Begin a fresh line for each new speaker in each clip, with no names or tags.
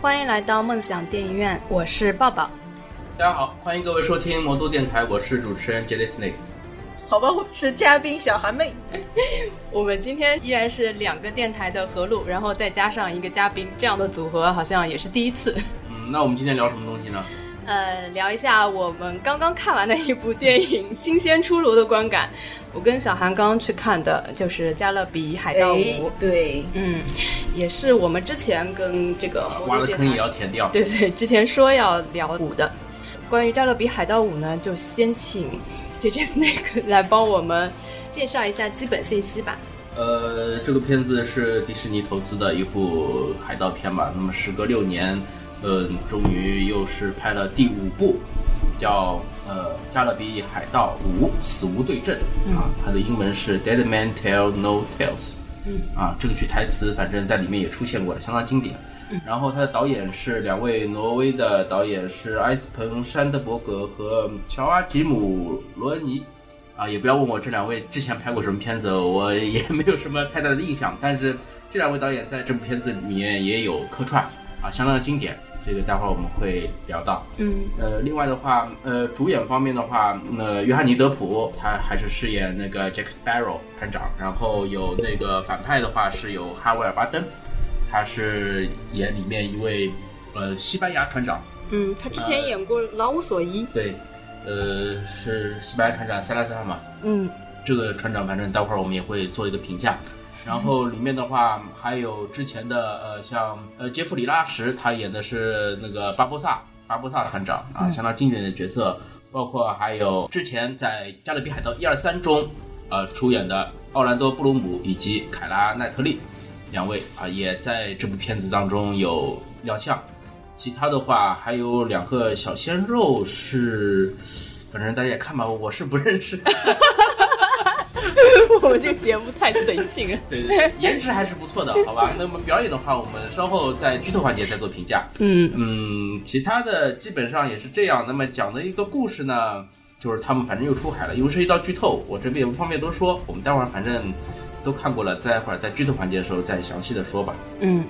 欢迎来到梦想电影院，我是抱抱。
大家好，欢迎各位收听魔都电台，我是主持人 Jelly Snake。
好吧，我是嘉宾小韩妹。
我们今天依然是两个电台的合录，然后再加上一个嘉宾，这样的组合好像也是第 一次。
嗯，那我们今天聊什么东西呢？
呃，聊一下我们刚刚看完的一部电影《新鲜出炉》的观感。我跟小韩刚刚去看的，就是《加勒比海盗五》。
哎对，
嗯，也是我们之前跟这个
挖的坑也要填掉。
对对，之前说要聊五的。关于《加勒比海盗五》呢，就先请 J J Snake 来帮我们介绍一下基本信息吧。
呃，这个片子是迪士尼投资的一部海盗片嘛，那么时隔六年。呃，终于又是拍了第五部，叫呃《加勒比海盗五：死无对证》啊，它的英文是《Dead Man Tell No Tales》。
嗯，
啊，这个句台词反正在里面也出现过了，相当经典。然后它的导演是两位挪威的导演，是埃斯彭·山德伯格和乔阿吉姆·罗恩尼。啊，也不要问我这两位之前拍过什么片子，我也 没有什么太大的印象。但是这两位导演在这部片子里面也有客串，啊，相当的经典。这个待会儿我们会聊到，
嗯，
呃，另外的话，呃，主演方面的话，呃，约翰尼·德普他还是饰演那个 Jack Sparrow 班长，然后有那个反派的话是有哈维尔·巴登，他是演里面一位呃西班牙船长，
嗯，他之前演过《老无所依》，
对，呃，是西班牙船长塞拉斯嘛，
嗯，
这个船长反正待会儿我们也会做一个评价。然后里面的话还有之前的呃，像呃杰弗里拉什他演的是那个巴博萨巴博萨船长啊，相当经典的角色。包括还有之前在《加勒比海盗一二三》中呃出演的奥兰多布鲁姆以及凯拉奈特利两位啊，也在这部片子当中有亮相。其他的话还有两个小鲜肉是，反正大家也看吧，我是不认识。
我们这个节目太随性了。
对对，颜值还是不错的，好吧？那么表演的话，我们稍后在剧透环节再做评价。
嗯
嗯，其他的基本上也是这样。那么讲的一个故事呢，就是他们反正又出海了，因为涉及到剧透，我这边也不方便多说。我们待会儿反正都看过了，待会儿在剧透环节的时候再详细的说吧。
嗯，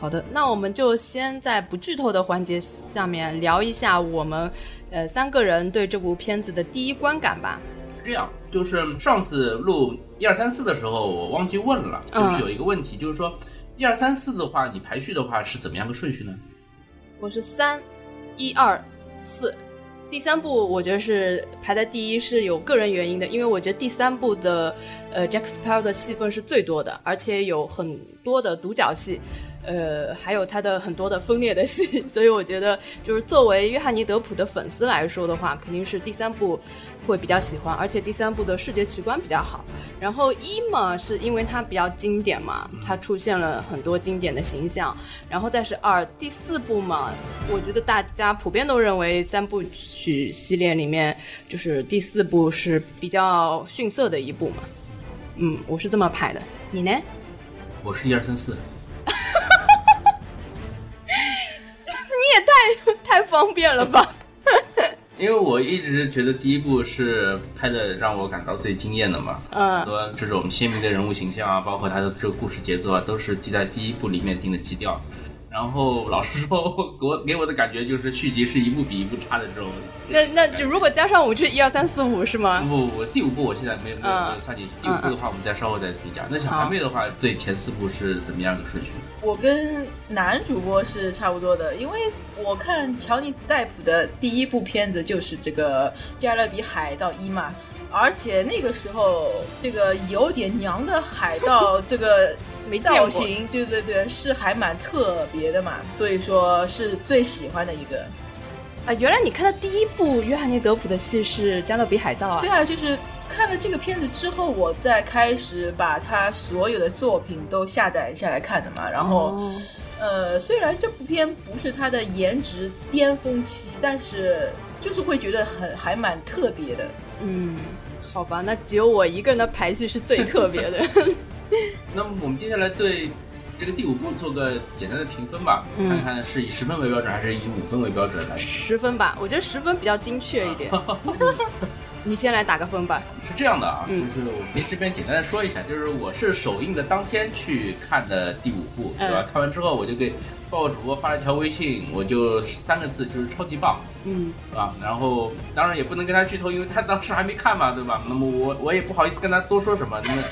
好的，那我们就先在不剧透的环节下面聊一下我们呃三个人对这部片子的第一观感吧。
是这样，就是上次录一二三四的时候，我忘记问了，就是有一个问题，就是说一二三四的话，你排序的话是怎么样个顺序呢？
我是三，一二四，第三部我觉得是排在第一是有个人原因的，因为我觉得第三部的呃 Jack Sparrow 的戏份是最多的，而且有很多的独角戏，呃，还有他的很多的分裂的戏， 所以我觉得就是作为约翰尼德普的粉丝来说的话，肯定是第三部会比较喜欢，而且第三部的视觉奇观比较好。然后一嘛是因为它比较经典嘛，它出现了很多经典的形象，然后再是二第四部嘛，我觉得大家普遍都认为三部曲系列里面就是第四部是比较逊色的一部嘛。嗯，我是这么排的，你呢？
我是一二三四，
你也太太方便了吧？
因为我一直觉得第一部是拍的让我感到最惊艳的嘛，很
嗯
多这种鲜明的人物形象啊，包括他的这个故事节奏啊，都是记在第一部里面定的基调。然后老实说，给我给我的感觉就是续集是一部比一部差的这种。
那那就如果加上我这一二三四五是吗？
不不，我第五部我现在没有没有
嗯
没有算进去，第五部的话我们再稍后再评价。那小
好
韩妹的话，对前四部是怎么样的顺序？
我跟男主播是差不多的，因为我看乔尼戴普的第一部片子就是这个《加勒比海盗一》嘛，而且那个时候这个有点娘的海盗这个
没见
造
过
型，对对对，是还蛮特别的嘛，所以说是最喜欢的一个。
啊，原来你看的第一部约翰尼德普的戏是《加勒比海盗》啊
对？啊，就是看了这个片子之后，我再开始把他所有的作品都下载下来看的嘛。然后，
哦
呃，虽然这部片不是他的颜值巅峰期，但是就是会觉得很还蛮特别的。
嗯，好吧，那只有我一个人的排序是最特别的。
那么我们接下来对这个第五部做个简单的评分吧，
嗯
看看是以十分为标准还是以五分为标准来
十分吧，我觉得十分比较精确一 点。你先来打个分吧。
是这样的啊，
嗯
就是我们这边简单的说一下，就是我是首映的当天去看的第五部，对吧？看完之后我就给爆主播发了条微信，我就三个字就是超级棒
嗯，
啊。然后当然也不能跟他剧透，因为他当时还没看嘛，对吧？那么我我也不好意思跟他多说什么，那么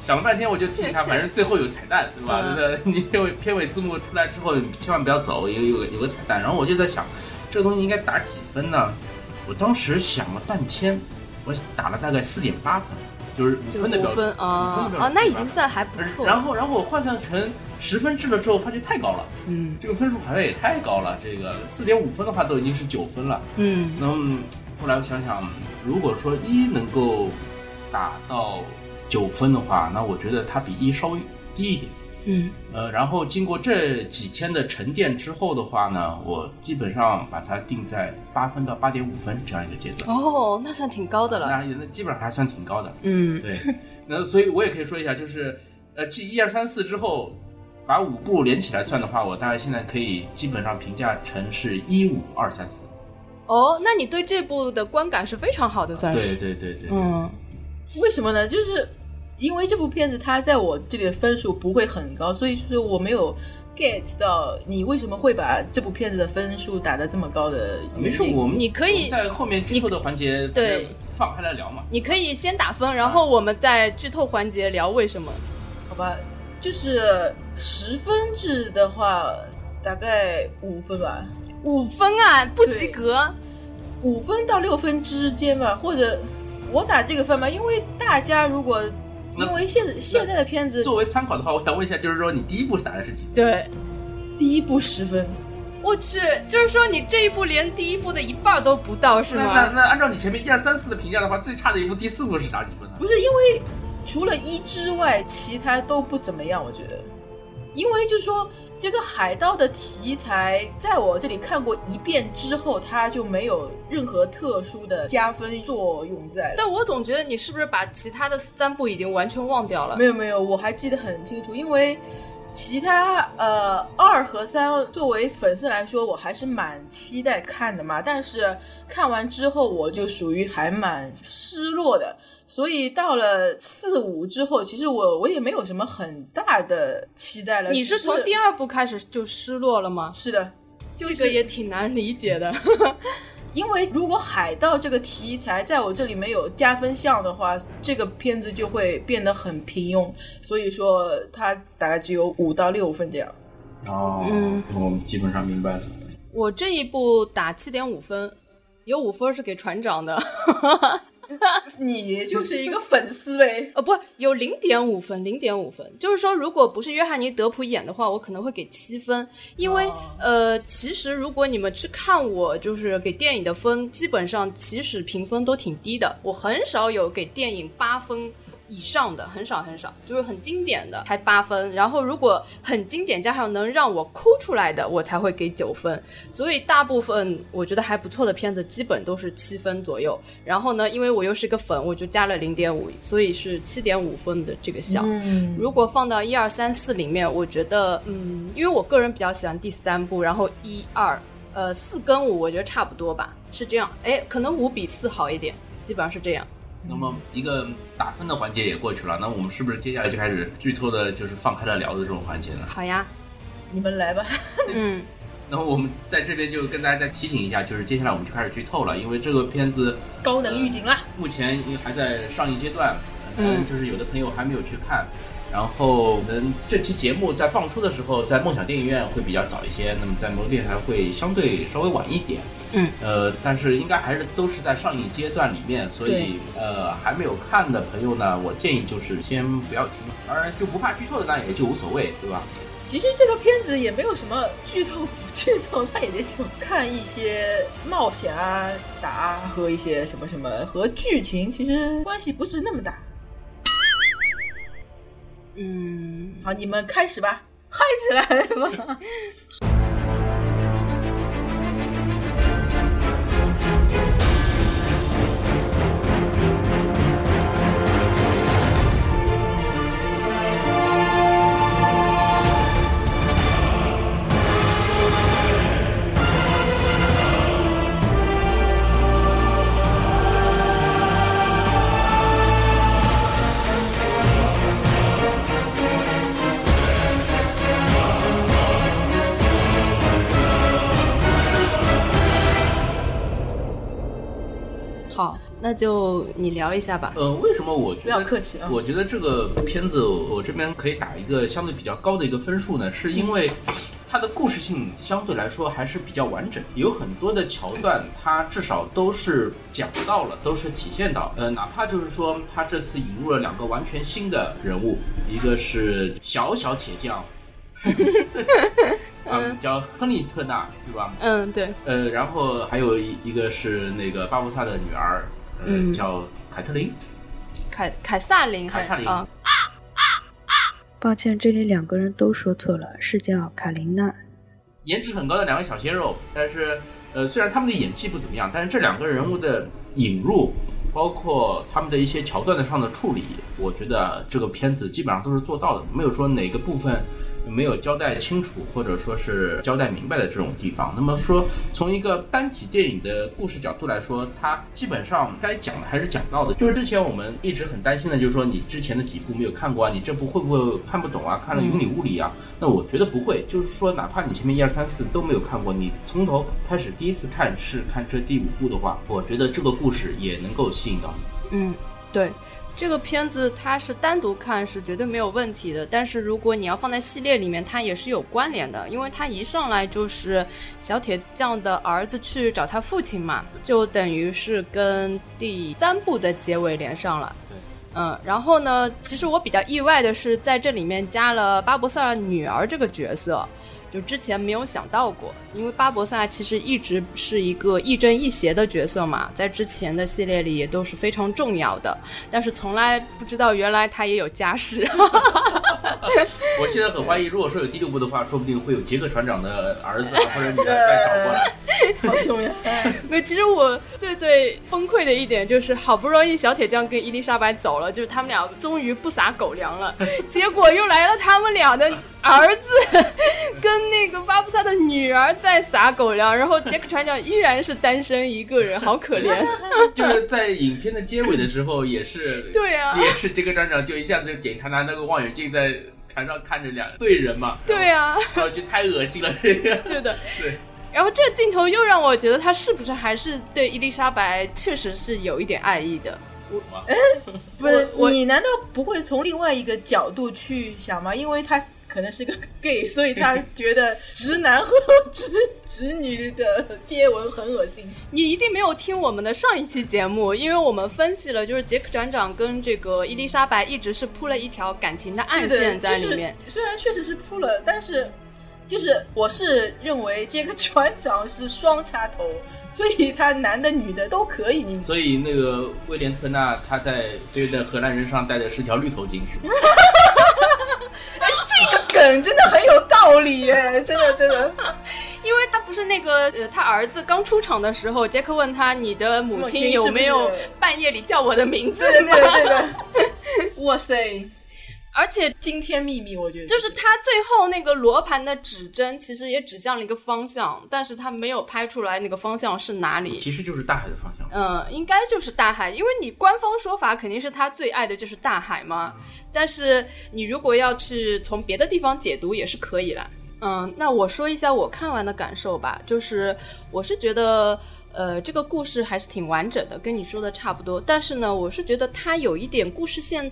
想了半天我就提醒他，反正最后有彩蛋，对 吧？
嗯
那个你片尾片尾字幕出来之后，你千万不要走，有有个有个彩蛋。然后我就在想，这个东西应该打几分呢？我当时想了半天，我打了大概四点八分，就是五
就
分的
是
标
五
准。
分啊
五分的标准
啊，那已经算还不
而
错。
然后，然后我换算成十分制了之后，发觉太高了，
嗯
这个分数好像也太高了。这个四点五分的话，都已经是九分了。
嗯
那么后来我想想，如果说一能够打到九分的话，那我觉得它比一稍微低一点。
嗯
呃，然后经过这几天的沉淀之后的话呢，我基本上把它定在八分到八点五分这样一个阶段，
哦，那算挺高的了。
那也那基本上还算挺高的。
嗯
对，那所以我也可以说一下，就是呃，继一二三四之后，把五部连起来算的话，我大概现在可以基本上评价成是一五二三四。
哦，那你对这部的观感是非常好的，算
对
是。
对对对，
嗯
为什么呢？就是因为这部片子它在我这里的分数不会很高，所以就是我没有 get 到你为什么会把这部片子的分数打得这么高的
啊
原因。
没事，我们
你可以
我们在后面剧透的环节
对
放开来聊嘛。
你可以先打分，然后我们在剧透环节聊为什么。
好吧，就是十分制的话，大概五分吧，
五分啊，不及格。
五分到六分之间吧，或者我打这个分吧，因为大家如果
那
因为现在现在的片子
作为参考的话，我想问一下，就是说你第一部打的是几？
对，
第一部十分，
我去，就是说你这一部连第一部的一半都不到是
那那
吗？
那按照你前面一二三四的评价的话，最差的一部第四部是打几分呢？
不是因为除了一之外，其他都不怎么样，我觉得。因为就是说，这个海盗的题材在我这里看过一遍之后，它就没有任何特殊的加分作用在了。
但我总觉得你是不是把其他的三部已经完全忘掉了？
没有没有，我还记得很清楚，因为其他呃二和三作为粉丝来说，我还是蛮期待看的嘛。但是看完之后，我就属于还蛮失落的。所以到了四五之后，其实我我也没有什么很大的期待了。
你是
只
从第二部开始就失落了吗？
是的，就是、
这个也挺难理解的。
因为如果海盗这个题材在我这里没有加分项的话，这个片子就会变得很平庸，所以说它大概只有五到六分这样。
哦
嗯，
我们基本上明白了。
我这一部打七点五分，有五分是给船长的，。
你就是一个粉丝呗
呃，不，有零点五分，零点五分。就是说，如果不是约翰尼·德普演的话，我可能会给七分，因为、
哦
呃，其实如果你们去看我就是给电影的分，基本上起始评分都挺低的，我很少有给电影八分。以上的很少很少，就是很经典的才八分，然后如果很经典加上能让我哭出来的，我才会给九分。所以大部分我觉得还不错的片子，基本都是七分左右。然后呢，因为我又是个粉，我就加了零点五，所以是七点五分的这个项。
嗯，
如果放到一二三四里面，我觉得，嗯，因为我个人比较喜欢第三部，然后一二，呃，四跟五我觉得差不多吧，是这样。哎，可能五比四好一点，基本上是这样。
那么一个打分的环节也过去了，那我们是不是接下来就开始剧透的，就是放开了聊的这种环节呢？
好呀，
你们来吧。
嗯，
那么我们在这边就跟大家再提醒一下，就是接下来我们就开始剧透了，因为这个片子
高能预警啦！
目前因为还在上映阶段，可能就是有的朋友还没有去看。然后我们这期节目在放出的时候，在梦想电影院会比较早一些，那么在某电台会相对稍微晚一点。
嗯，
呃，但是应该还是都是在上映阶段里面，所以呃还没有看的朋友呢，我建议就是先不要听，当然就不怕剧透的那也就无所谓，对吧？
其实这个片子也没有什么剧透不剧透，它也就是看一些冒险啊、打啊和一些什么什么和剧情其实关系不是那么大。
嗯，
好，你们开始吧，嗨起来吧！
好，那就你聊一下吧。
呃，为什么我觉
不要
得
客气啊。
我觉得这个片子我这边可以打一个相对比较高的一个分数呢，是因为它的故事性相对来说还是比较完整，有很多的桥段它至少都是讲到了，都是体现到了。呃，哪怕就是说它这次引入了两个完全新的人物，一个是小小铁 匠。嗯，叫亨利特纳，对吧？
嗯，对，
呃，然后还有一一个是那个巴布萨的女儿，呃，
嗯
叫凯特琳，
凯凯撒琳还，
凯撒琳
啊，
抱歉，这里两个人都说错了，是叫卡琳娜。
颜值很高的两位小鲜肉，但是呃，虽然他们的演技不怎么样，但是这两个人物的引入，包括他们的一些桥段上的处理，我觉得这个片子基本上都是做到的，没有说哪个部分。没有交代清楚，或者说是交代明白的这种地方。那么说，从一个单体电影的故事角度来说，它基本上该讲的还是讲到的。就是之前我们一直很担心的，就是说你之前的几部没有看过啊，你这部会不会看不懂啊？看了云里雾里啊？那我觉得不会，就是说，哪怕你前面一二三四都没有看过，你从头开始第一次看是看这第五部的话，我觉得这个故事也能够吸引到你。
嗯，对，这个片子它是单独看是绝对没有问题的，但是如果你要放在系列里面，它也是有关联的，因为它一上来就是小铁匠的儿子去找他父亲嘛，就等于是跟第三部的结尾连上了。
对
嗯，然后呢？其实我比较意外的是，在这里面加了巴博萨尔女儿这个角色，就之前没有想到过，因为巴博萨其实一直是一个亦正亦邪的角色嘛，在之前的系列里也都是非常重要的，但是从来不知道原来他也有家室。
我现在很怀疑，如果说有第六部的话，说不定会有杰克船长的儿子啊或者女儿再找过来。
好重要！
没有，其实我最最崩溃的一点就是，好不容易小铁匠跟伊丽莎白走了，就是他们俩终于不撒狗粮了，结果又来了他们俩的儿子跟那个巴布萨的女儿在撒狗粮，然后杰克船长依然是单身一个人，好可怜。
就是在影片的结尾的时候，也是
对啊
也是杰克船长就一下子就点他拿那个望远镜在船上看着两对人嘛，
对呀、啊，
然后就太恶心了，这个
对的。
对。
然后这个镜头又让我觉得他是不是还是对伊丽莎白确实是有一点爱意的。
不是
我
你难道不会从另外一个角度去想吗？因为他可能是个 gay，所以他觉得直男和直直女的接吻很恶心。
你一定没有听我们的上一期节目，因为我们分析了，就是杰克船长跟这个伊丽莎白一直是铺了一条感情的暗
对
线在里面。
就是、虽然确实是扑了，但是就是我是认为杰克船长是双插头，所以他男的女的都可以。你
所以那个威廉特纳他在飞越的荷兰人上戴的是条绿头巾，是吗？
这个梗真的很有道理耶，真的真 的。
因为他不是那个呃，他儿子刚出场的时候，杰克问他：“你的母
母
亲
亲
有
是不
没有
是
半夜里叫我的名字
对对对对对， 哇塞，？”
而且
惊天秘密，我觉得
就是他最后那个罗盘的指针，其实也指向了一个方向，但是他没有拍出来那个方向是哪里。
其实就是大海的方向。
嗯，应该就是大海，因为你官方说法肯定是他最爱的就是大海嘛。但是你如果要去从别的地方解读也是可以啦。嗯，那我说一下我看完的感受吧，就是我是觉得。呃，这个故事还是挺完整的，跟你说的差不多。但是呢，我是觉得它有一点故事线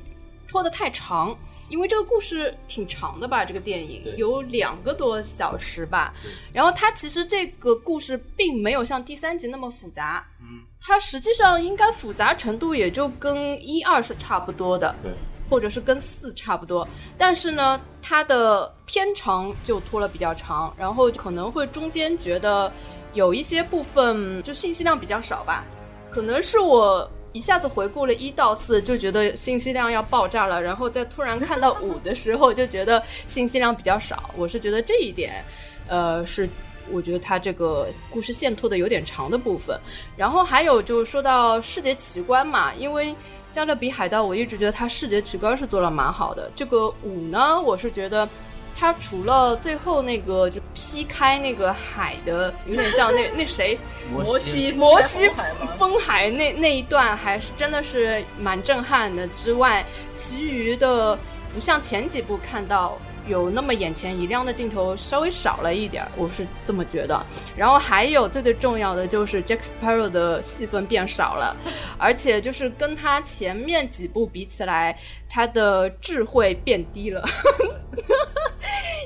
拖得太长，因为这个故事挺长的吧，这个电影
对
有两个多小时吧
对。
然后它其实这个故事并没有像第三集那么复杂，
嗯，
它实际上应该复杂程度也就跟一二是差不多的，
对，
或者是跟四差不多。但是呢，它的片长就拖了比较长，然后可能会中间觉得有一些部分就信息量比较少吧，可能是我。一下子回顾了一到四，就觉得信息量要爆炸了，然后再突然看到五的时候，就觉得信息量比较少。我是觉得这一点，呃，是我觉得它这个故事线拖的有点长的部分。然后还有就是说到视觉奇观嘛，因为《加勒比海盗》，我一直觉得它视觉奇观是做的蛮好的。这个五呢，我是觉得它除了最后那个就劈开那个海的，有点像那 那谁
摩西啊
摩西
海吗？
风海那那一段，还是真的是蛮震撼的。之外，其余的不像前几部看到有那么眼前一亮的镜头稍微少了一点儿，我是这么觉得。然后还有最最重要的就是 Jack Sparrow 的戏份变少了，而且就是跟他前面几部比起来，他的智慧变低了。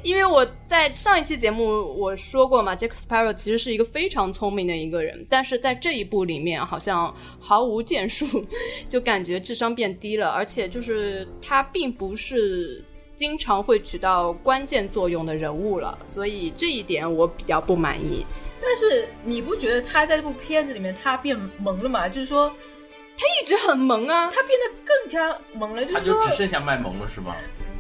因为我在上一期节目我说过嘛，Jack Sparrow 其实是一个非常聪明的一个人，但是在这一部里面好像毫无建树， 就感觉智商变低了，而且就是他并不是经常会起到关键作用的人物了，所以这一点我比较不满意。
但是你不觉得他在这部片子里面他变萌了吗？就是说
一直很萌啊，
他变得更加萌了，就
他
是
就
说
只剩下卖萌了是吧？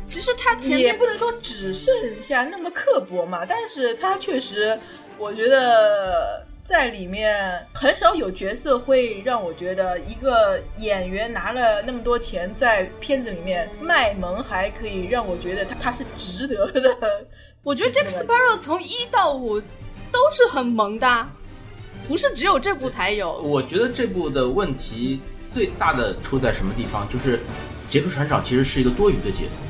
其实他前
也
面
不能说只剩下那么刻薄嘛，但是他确实，我觉得在里面很少有角色会让我觉得一个演员拿了那么多钱在片子里面卖萌，还可以让我觉得他他是值得的。
我觉得 Jack Sparrow 从一到五都是很萌的啊，不是只有这部才有。
我觉得这部的问题最大的出在什么地方？就是杰克船长其实是一个多余的角色。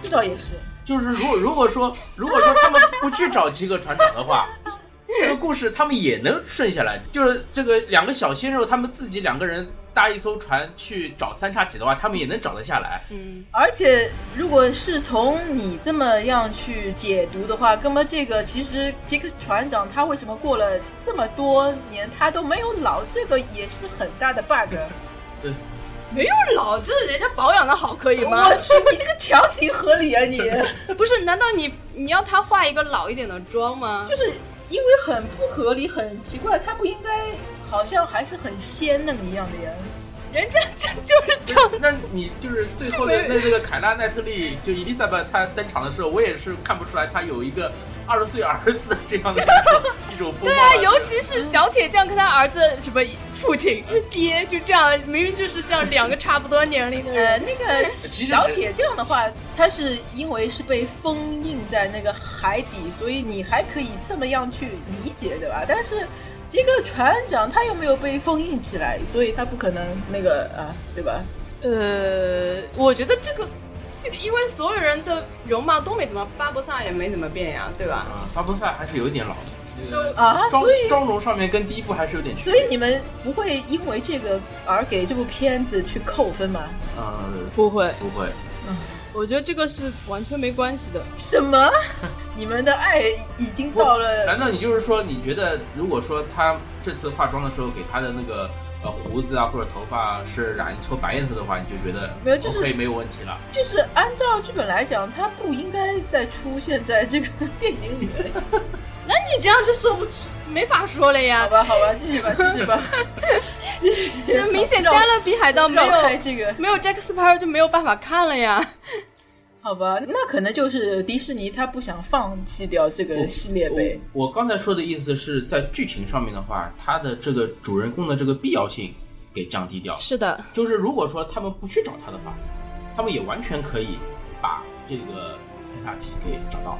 这倒也是，
就是如果如果说如果说他们不去找吉克船长的 话，这个故事他们也能顺下来。就是这个两个小鲜肉，他们自己两个人搭一艘船去找三叉戟的话，他们也能找得下来。
嗯，
而且如果是从你这么样去解读的话，那么这个其实杰克船长他为什么过了这么多年他都没有老，这个也是很大的 bug。
没有老，就是人家保养的好，可以吗
我？去，你这个强行合理啊你！
不是，难道你你要他化一个老一点的妆吗？
就是因为很不合理，很奇怪，他不应该好像还是很鲜嫩一样的呀。
人家 这就是这样，
那你就是最后的那这个凯拉奈特利，就伊丽莎白她登场的时候，我也是看不出来她有一个二十岁儿子的这样的一种一种 风貌。
对啊，尤其是小铁匠跟他儿子什么父亲、爹，就这样，明明就是像两个差不多年龄的人。
呃，那个
哎其实
小铁匠的话，他是因为是被封印在那个海底，所以你还可以这么样去理解，对吧？但是杰克船长他又没有被封印起来，所以他不可能那个啊，对吧？
呃，我觉得这个这个，因为所有人的容貌都没怎么，巴博萨也没怎么变呀，对吧？
啊，巴布萨还是有一点老的。这个
啊，
妆
所以
妆容上面跟第一部还是有点区
所
别。
以你们不会因为这个而给这部片子去扣分吗？
呃，
不会，
不会，
我觉得这个是完全没关系的。
什么？ 你们的爱已经到了
难道你就是说，你觉得如果说她这次化妆的时候给她的那个呃胡子啊或者头发是染一撮白颜色的话，你就觉得
没有就是
OK 没有问题了？
就是按照剧本来讲，他不应该再出现在这个电影里面。
你这样就说不出，没法说了
好
呀。
吧，好吧，继续吧，继续吧。
这明显加勒比海盗没
绕开
有
这个，
没有 Jack Sparrow 就没有办法看了呀。
好吧，那可能就是迪士尼他不想放弃掉这个系列呗。
我我刚才说的意思是在剧情上面的话，她的这个主人公的这个必要性给降低掉。
是的，
就是如果说他们不去找她的话，他们也完全可以把这个三叉戟给找到，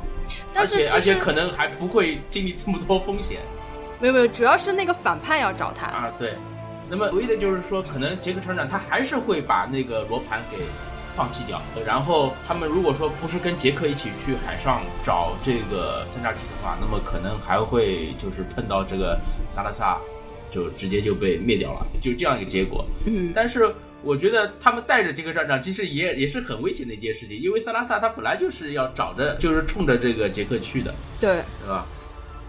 但是
而且
就
而且
是
可能还不会经历这么多风险。
没有没有，主要是那个反派要找他。
啊，对。那么唯一的就是说，可能杰克船长他还是会把那个罗盘给放弃掉。然后他们如果说不是跟杰克一起去海上找这个三叉戟的话，那么可能还会就是碰到这个萨拉萨，就直接就被灭掉了，就这样一个结果。
嗯，
但是我觉得他们带着杰克船长，其实也也是很危险的一件事情，因为萨拉萨他本来就是要找着，就是冲着这个杰克去的，
对，
对吧？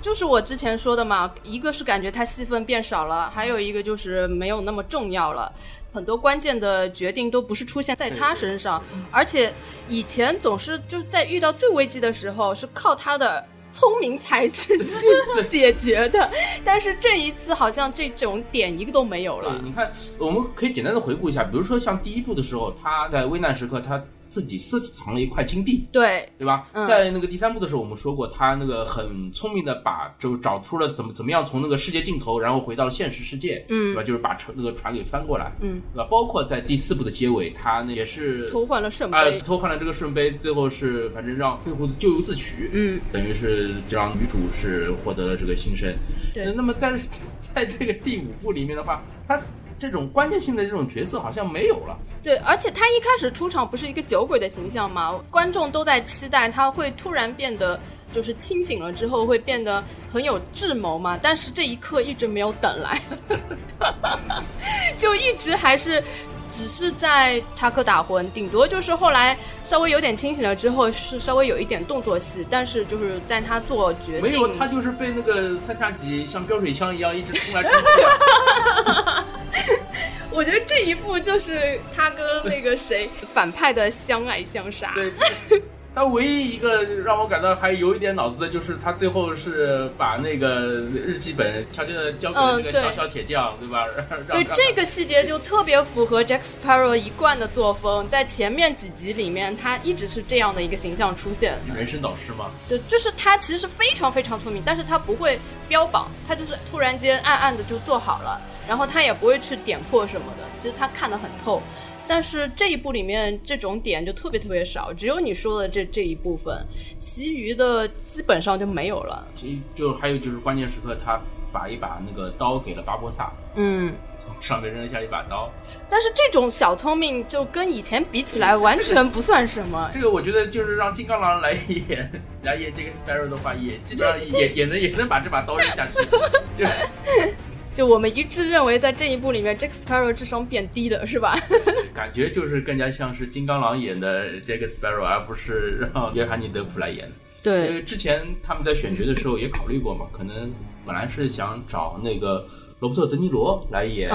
就是我之前说的嘛，一个是感觉他戏份变少了，还有一个就是没有那么重要了。很多关键的决定都不是出现在他身上，而且以前总是就是在遇到最危机的时候是靠他的聪明才智 去解决的，但是这一次好像这种点一个都没有
对，
了。
你看，我们可以简单的回顾一下，比如说像第一部的时候，他在危难时刻他自己私藏了一块金币，
对，
对吧？
嗯
在那个第三部的时候，我们说过，他那个很聪明的把就找出了怎么怎么样从那个世界尽头，然后回到现实世界，
嗯
对吧？就是把船那个船给翻过来，
嗯，
对吧？包括在第四部的结尾，他那也是
偷换了圣
啊、
杯。
偷换了这个圣杯，最后是反正让黑胡子咎由自取，
嗯，
等于是就让女主是获得了这个新生。
对
呃那么但是在这个第五部里面的话，他这种关键性的这种角色好像没有了。
对，而且他一开始出场不是一个酒鬼的形象嘛，观众都在期待他会突然变得就是清醒了之后会变得很有智谋嘛，但是这一刻一直没有等来， 就一直还是。只是在插科打诨，顶多就是后来稍微有点清醒了之后，是稍微有一点动作戏，但是就是在他做决定，
没有，他就是被那个三叉戟像标水枪一样一直冲来冲 去。
我觉得这一部就是他跟那个谁反派的相爱相杀。
对，他唯一一个让我感到还有一点脑子的就是他最后是把那个日记本悄悄的交给了那个小小铁匠，
嗯、
对,对吧？
对这个细节就特别符合 Jack Sparrow 一贯的作风，在前面几集里面，他一直是这样的一个形象出现。
人生导师吗？
对，就是他其实非常非常聪明，但是他不会标榜，他就是突然间暗暗的就做好了。然后他也不会去点破什么的，其实他看得很透，但是这一部里面这种点就特别特别少，只有你说的这这一部分，其余的基本上就没有了。
其就还有就是关键时刻，他把一把那个刀给了巴博萨，
嗯，
从上面扔下一把刀。
但是这种小聪明就跟以前比起来完全不算什么。
这个、这个、我觉得就是让金刚狼来演来演这个 Sparrow 的话，也基本上也也能也能把这把刀扔下去。就
就我们一致认为，在这一部里面，Jack Sparrow 智商变低了，是吧？
感觉就是更加像是金刚狼演的 Jack Sparrow，而不是让约翰尼·德普来演的。
对，
因为之前他们在选角的时候也考虑过嘛，可能本来是想找那个罗伯特·德尼罗来演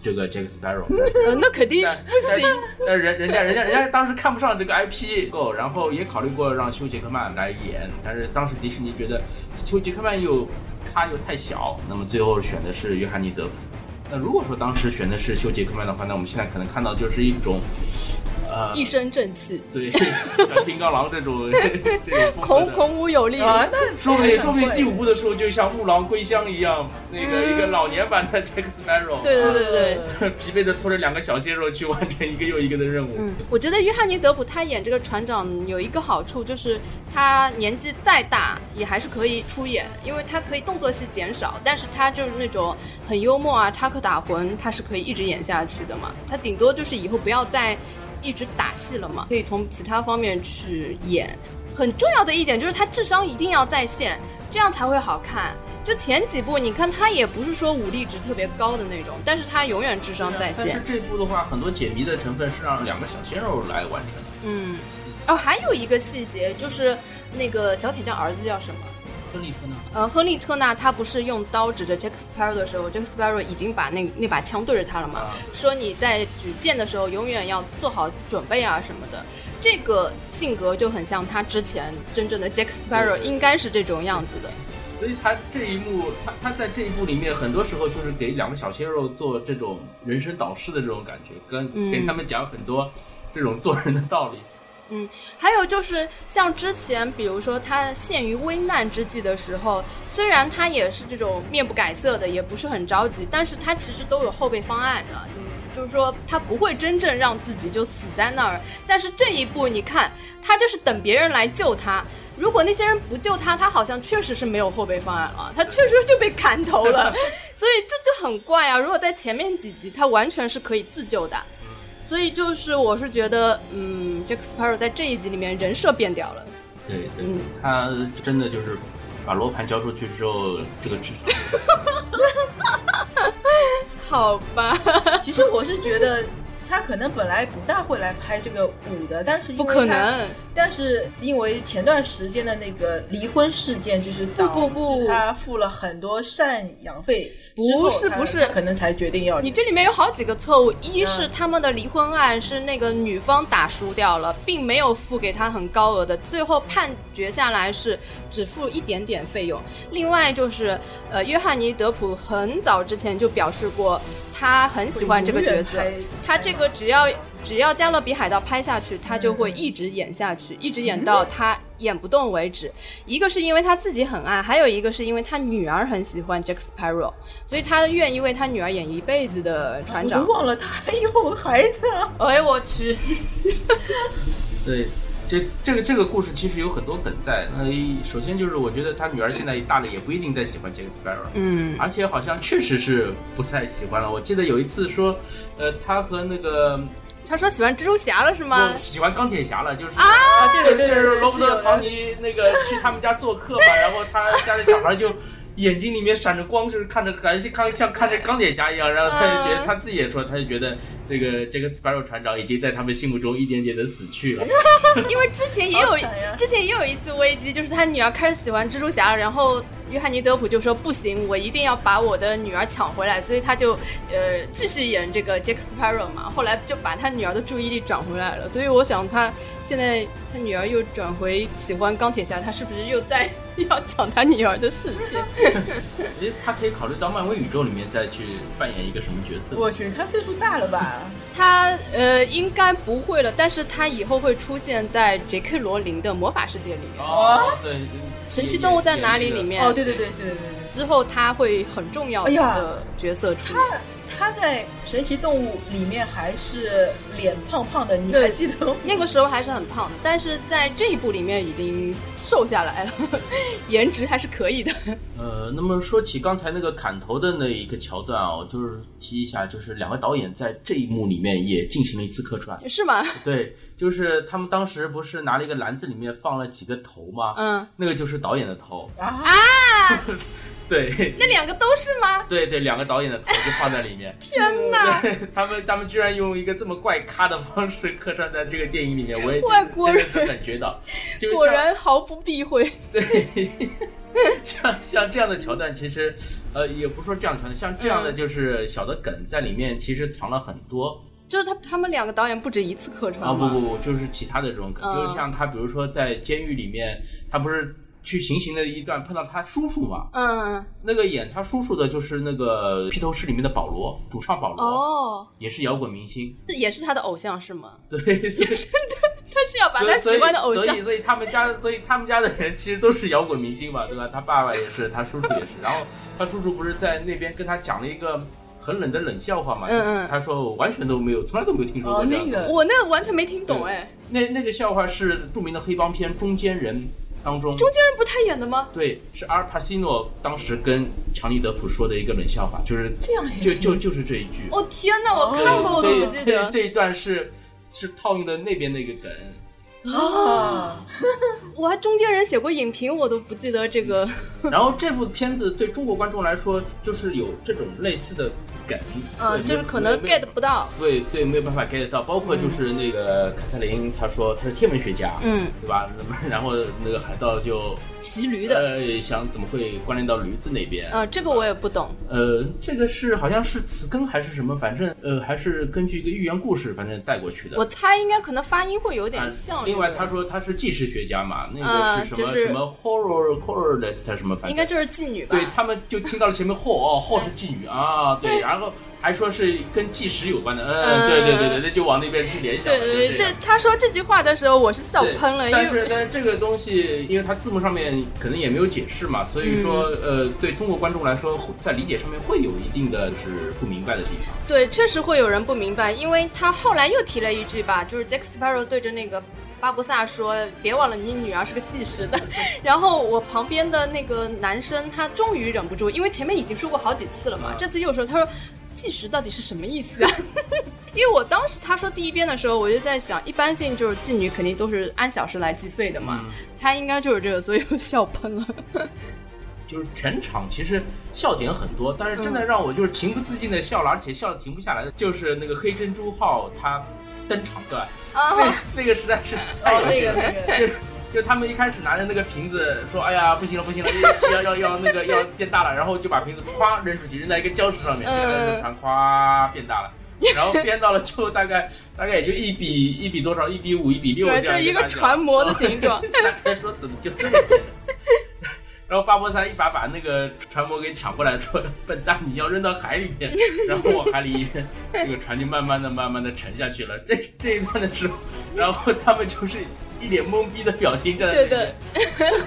这个 Jack Sparrow，、
嗯、那 肯定
不行。那人人家人家人家当时看不上这个 IP，够，然后也考虑过让休·杰克曼来演，但是当时迪士尼觉得休·杰克曼又。他又太小，那么最后选的是约翰尼·德普。那如果说当时选的是休·杰克曼的话，那我们现在可能看到就是一种，呃，
一身正气，
对，像金刚狼这种这种
孔孔武有力
啊。那
说不定说不定第五部的时候，就像木狼归乡一样，那个、嗯、一个老年版的 Jack Sparrow，
对对对对，
啊、 疲惫的拖着两个小鲜肉去完成一个又一个的任务。
嗯，我觉得约翰尼·德普他演这个船长有一个好处就是。他年纪再大也还是可以出演，因为他可以动作戏减少，但是他就是那种很幽默啊、插科打诨，他是可以一直演下去的嘛。他顶多就是以后不要再一直打戏了嘛，可以从其他方面去演。很重要的一点就是他智商一定要在线，这样才会好看。就前几部，你看他也不是说武力值特别高的那种，但是他永远智商在线。
但是这部的话，很多解谜的成分是让两个小鲜肉来完成。
嗯。哦，还有一个细节就是那个小铁匠儿子叫什么？
亨利特纳。
呃，亨利特纳他不是用刀指着 Jack Sparrow 的时候，Jack Sparrow 已经把那那把枪对着他了嘛、啊？说你在举剑的时候永远要做好准备啊什么的。这个性格就很像他之前真正的 Jack Sparrow 应该是这种样子的。
所以他这一幕，他他在这一部里面，很多时候就是给两个小鲜肉做这种人生导师的这种感觉，跟、
嗯、
给他们讲很多这种做人的道理。
嗯，还有就是像之前，比如说他陷于危难之际的时候，虽然他也是这种面不改色的，也不是很着急，但是他其实都有后备方案的，嗯、就是说他不会真正让自己就死在那儿。但是这一步，你看他就是等别人来救他。如果那些人不救他，他好像确实是没有后备方案了，他确实就被砍头了，所以这就很怪啊。如果在前面几集，他完全是可以自救的。所以就是，我是觉得，嗯，Jack Sparrow 在这一集里面人设变掉了。
对对、嗯，他真的就是把罗盘交出去之后，这个智商。
好吧，
其实我是觉得他可能本来不大会来拍这个舞的，但是因为
不可能，
但是因为前段时间的那个离婚事件，就是
不不不，
他付了很多赡养费。
不是不是，
可能才决定要
你这里面有好几个错误，一是他们的离婚案是那个女方打输掉了，并没有付给他很高额的，最后判决下来是只付一点点费用。另外就是呃，约翰尼·德普很早之前就表示过，他很喜欢这个角色，他这个只要只要《加勒比海盗》拍下去，他就会一直演下去，一直演到他。演不动为止，一个是因为他自己很爱，还有一个是因为他女儿很喜欢 Jack Sparrow，所以他愿意为他女儿演一辈子的船长。哎
我都忘了他有孩子、啊。
哎，我去！
对，这这个这个故事其实有很多梗在。那首先就是我觉得他女儿现在大了，也不一定再喜欢 Jack Sparrow，
嗯，
而且好像确实是不太喜欢了。我记得有一次说，呃，他和那个
他说喜欢蜘蛛侠了是吗
我？喜欢钢铁侠了，就是
啊，对对
就
对
是
对，
罗伯特·
有
唐
的。
尼那个去他们家做客嘛，然后他家里小孩就眼睛里面闪着光，就是看着还像看像看着钢铁侠一样，然后他就觉得
嗯
他自己也说，他就觉得这个这个 Sparrow 船长已经在他们心目中一点点的死去了。
因为之前也有
好惨呀
之前也有一次危机，就是他女儿开始喜欢蜘蛛侠，然后约翰尼德普就说不行，我一定要把我的女儿抢回来，所以他就呃继续演这个 Jack Sparrow 嘛，后来就把他女儿的注意力转回来了，所以我想他现在他女儿又转回喜欢钢铁侠，他是不是又在 要抢他女儿的视线？
其实他可以考虑到漫威宇宙里面再去扮演一个什么角色。
我去，他岁数大 了吧？
他呃应该不会了，但是他以后会出现在 J.K. 罗琳的魔法世界里面。
哦，对，
神奇动物在哪里里面？
哦，对对对对对对。
之后他会很重要
哎呀
的角色出现。
他在神奇动物里面还是脸胖胖的，你还
对
记得吗？
那个时候还是很胖的，但是在这一部里面已经瘦下来了， 颜值还是可以的。
呃，那么说起刚才那个砍头的那一个桥段哦，就是提一下，就是两个导演在这一幕里面也进行了一次客串。
是吗？
对，就是他们当时不是拿了一个篮子，里面放了几个头吗？
嗯，
那个就是导演的头。
啊，
对，
那两个都是吗？
对对，两个导演的头就放在里 面。
天哪！
他们他们居然用一个这么怪咖的方式客串在这个电影里面，我也觉得
外国人
真的是感觉到，就
果
像
然毫不避讳，
对， 像像这样的桥段，其实呃也不是说这样的桥段，像这样的就是小的梗在里面，其实藏了很多。
就是他他们两个导演不止一次客串
啊
吗？
不不不，就是其他的这种梗，
嗯
就是像他，比如说在监狱里面，他不是去行刑的一段碰到他叔叔嘛，
嗯，
那个演他叔叔的就是那个披头士里面的保罗，主唱保罗，
哦，
也是摇滚明星，
这也是他的偶像是吗？
对，所以
他是要把他
所以
喜欢的偶
所以所
像
以所以他们家，所以他们家的人其实都是摇滚明星嘛，对吧？他爸爸也是，他叔叔也是，然后他叔叔不是在那边跟他讲了一个很冷的冷笑话嘛，
嗯嗯
他说我完全都没有，从来都没有听说过
哦
这样
那
的
个
我那完全没听懂哎，
那那个笑话是著名的黑帮片《中间人》当中，
中间人不是他演的吗？
对，是阿尔帕西诺当时跟强尼德普说的一个冷笑话，就是
这样也
就
行
就就是这一句。
哦天哪，我
对
看过我
所
都
以
不记
这
得。
这一段是是套用的那边那个梗。
啊，
我还中间人写过影评，我都不记得这个。
然后这部片子对中国观众来说，就是有这种类似的梗，对
嗯，就是可能 get。不到。
没有没有对对，没有办法 get 到，包括就是那个凯瑟琳，她说她是天文学家，
嗯，
对吧？那么然后那个海盗就
骑驴的。
呃想怎么会关联到驴子那边？
啊，这个我也不懂。
呃，这个是好像是词根还是什么，反正呃还是根据一个寓言故事，反正带过去的。
我猜应该可能发音会有点
啊
像。
呃另外，他
是
说他是纪实学家嘛，那
啊
个是什么、
就是
什么 horror horrorist 什么，
不是
反正
应该就是妓女吧？嗯
对他们就听到了前面后哦后是妓女啊，对，然后还说是跟计时有关的，嗯，
嗯
对对对对，那就往那边去联想
对
了，
对对，
就这样
这他说这句话的时候，我是笑
对
喷了，因
但是
为
但是这个东西，因为它字幕上面可能也没有解释嘛，所以说、
嗯
呃，对中国观众来说，在理解上面会有一定的就是不明白的地方。
对确实会有人不明白，因为他后来又提了一句吧，就是 Jack Sparrow 对着那个。巴布萨说：“别忘了，你女儿是个技师的。” 然后我旁边的那个男生，他终于忍不住，因为前面已经说过好几次了嘛，
嗯
这次又说，他说：“计时到底是什么意思啊？” 因为我当时他说第一遍的时候，我就在想，一般性就是妓女肯定都是按小时来计费的嘛，
嗯
猜应该就是这个，所以我笑喷了。
就是全场其实笑点很多，但是真
嗯
的让我就是情不自禁的笑了，而且笑得停不下来的，就是那个黑珍珠号它登场段，那
啊，
那个实在是太
哦
有
那
趣
个
了。
那个，
就就他们一开始拿着那个瓶子说，哎呀，不行了，不行 了，要要要那个要变大了，然后就把瓶子咵扔出去，扔在一个礁石上面，
嗯
那个船咵变大了。然后变到了就大概大概也就一比一比多少一比五一比六
对，
这
就
样
一
个
个
大小
船模的形 状。
大家说怎么就这么简单？然后巴博萨一把把那个船舶给抢过来，说：“笨蛋，你要扔到海里面。”然后往海里一扔，这个船就慢慢的、慢慢的沉下去了。这这一段的时候，然后他们就是一脸懵逼的表情站在那
对
边
的，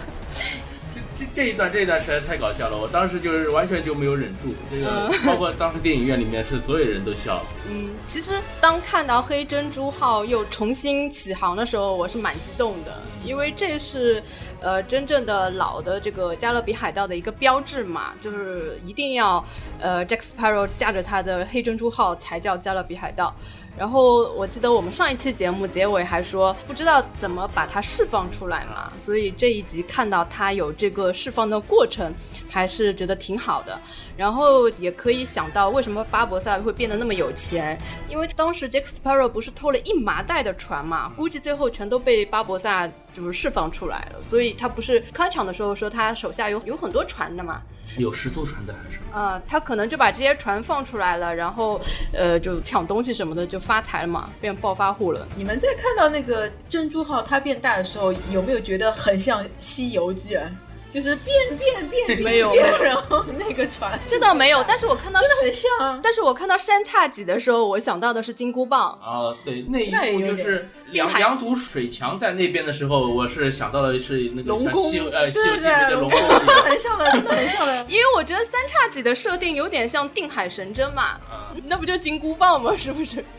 这这这一段这一段实在太搞笑了，我当时就是完全就没有忍住，这个包括当时电影院里面是所有人都笑了。
嗯，其实当看到黑珍珠号又重新起航的时候，我是蛮激动的，因为这是呃真正的老的这个加勒比海盗的一个标志嘛，就是一定要呃 Jack Sparrow 驾着他的黑珍珠号才叫加勒比海盗。然后我记得我们上一期节目结尾还说不知道怎么把它释放出来嘛，所以这一集看到它有这个释放的过程，还是觉得挺好的。然后也可以想到为什么巴博萨会变得那么有钱，因为当时 Jack Sparrow 不是偷了一麻袋的船嘛，
嗯
估计最后全都被巴博萨就是释放出来了，所以他不是开场的时候说他手下有有很多船的嘛，
有十艘船在海上，
啊，他可能就把这些船放出来了，然后呃就抢东西什么的就发财了嘛，变暴发户了。
你们在看到那个珍珠号它变大的时候，有没有觉得很像《西游记》啊？就是变变变变
没有
变，然后那个船
这倒没有，但是我看到
真的很像啊。
但是我看到山叉戟的时候，我想到的是金箍棒。
啊、对，那一
那也
幕
有
就是
滨
两
海
两堵水墙在那边的时候，我是想到的是那个
龙
像
宫
西游呃《西
对
游
对
记》里面
对，
的龙
龙宫
宫。
真的很像的，真的很 像的。
因为我觉得三叉戟的设定有点像定海神针嘛，
啊
那不就金箍棒吗？是不是？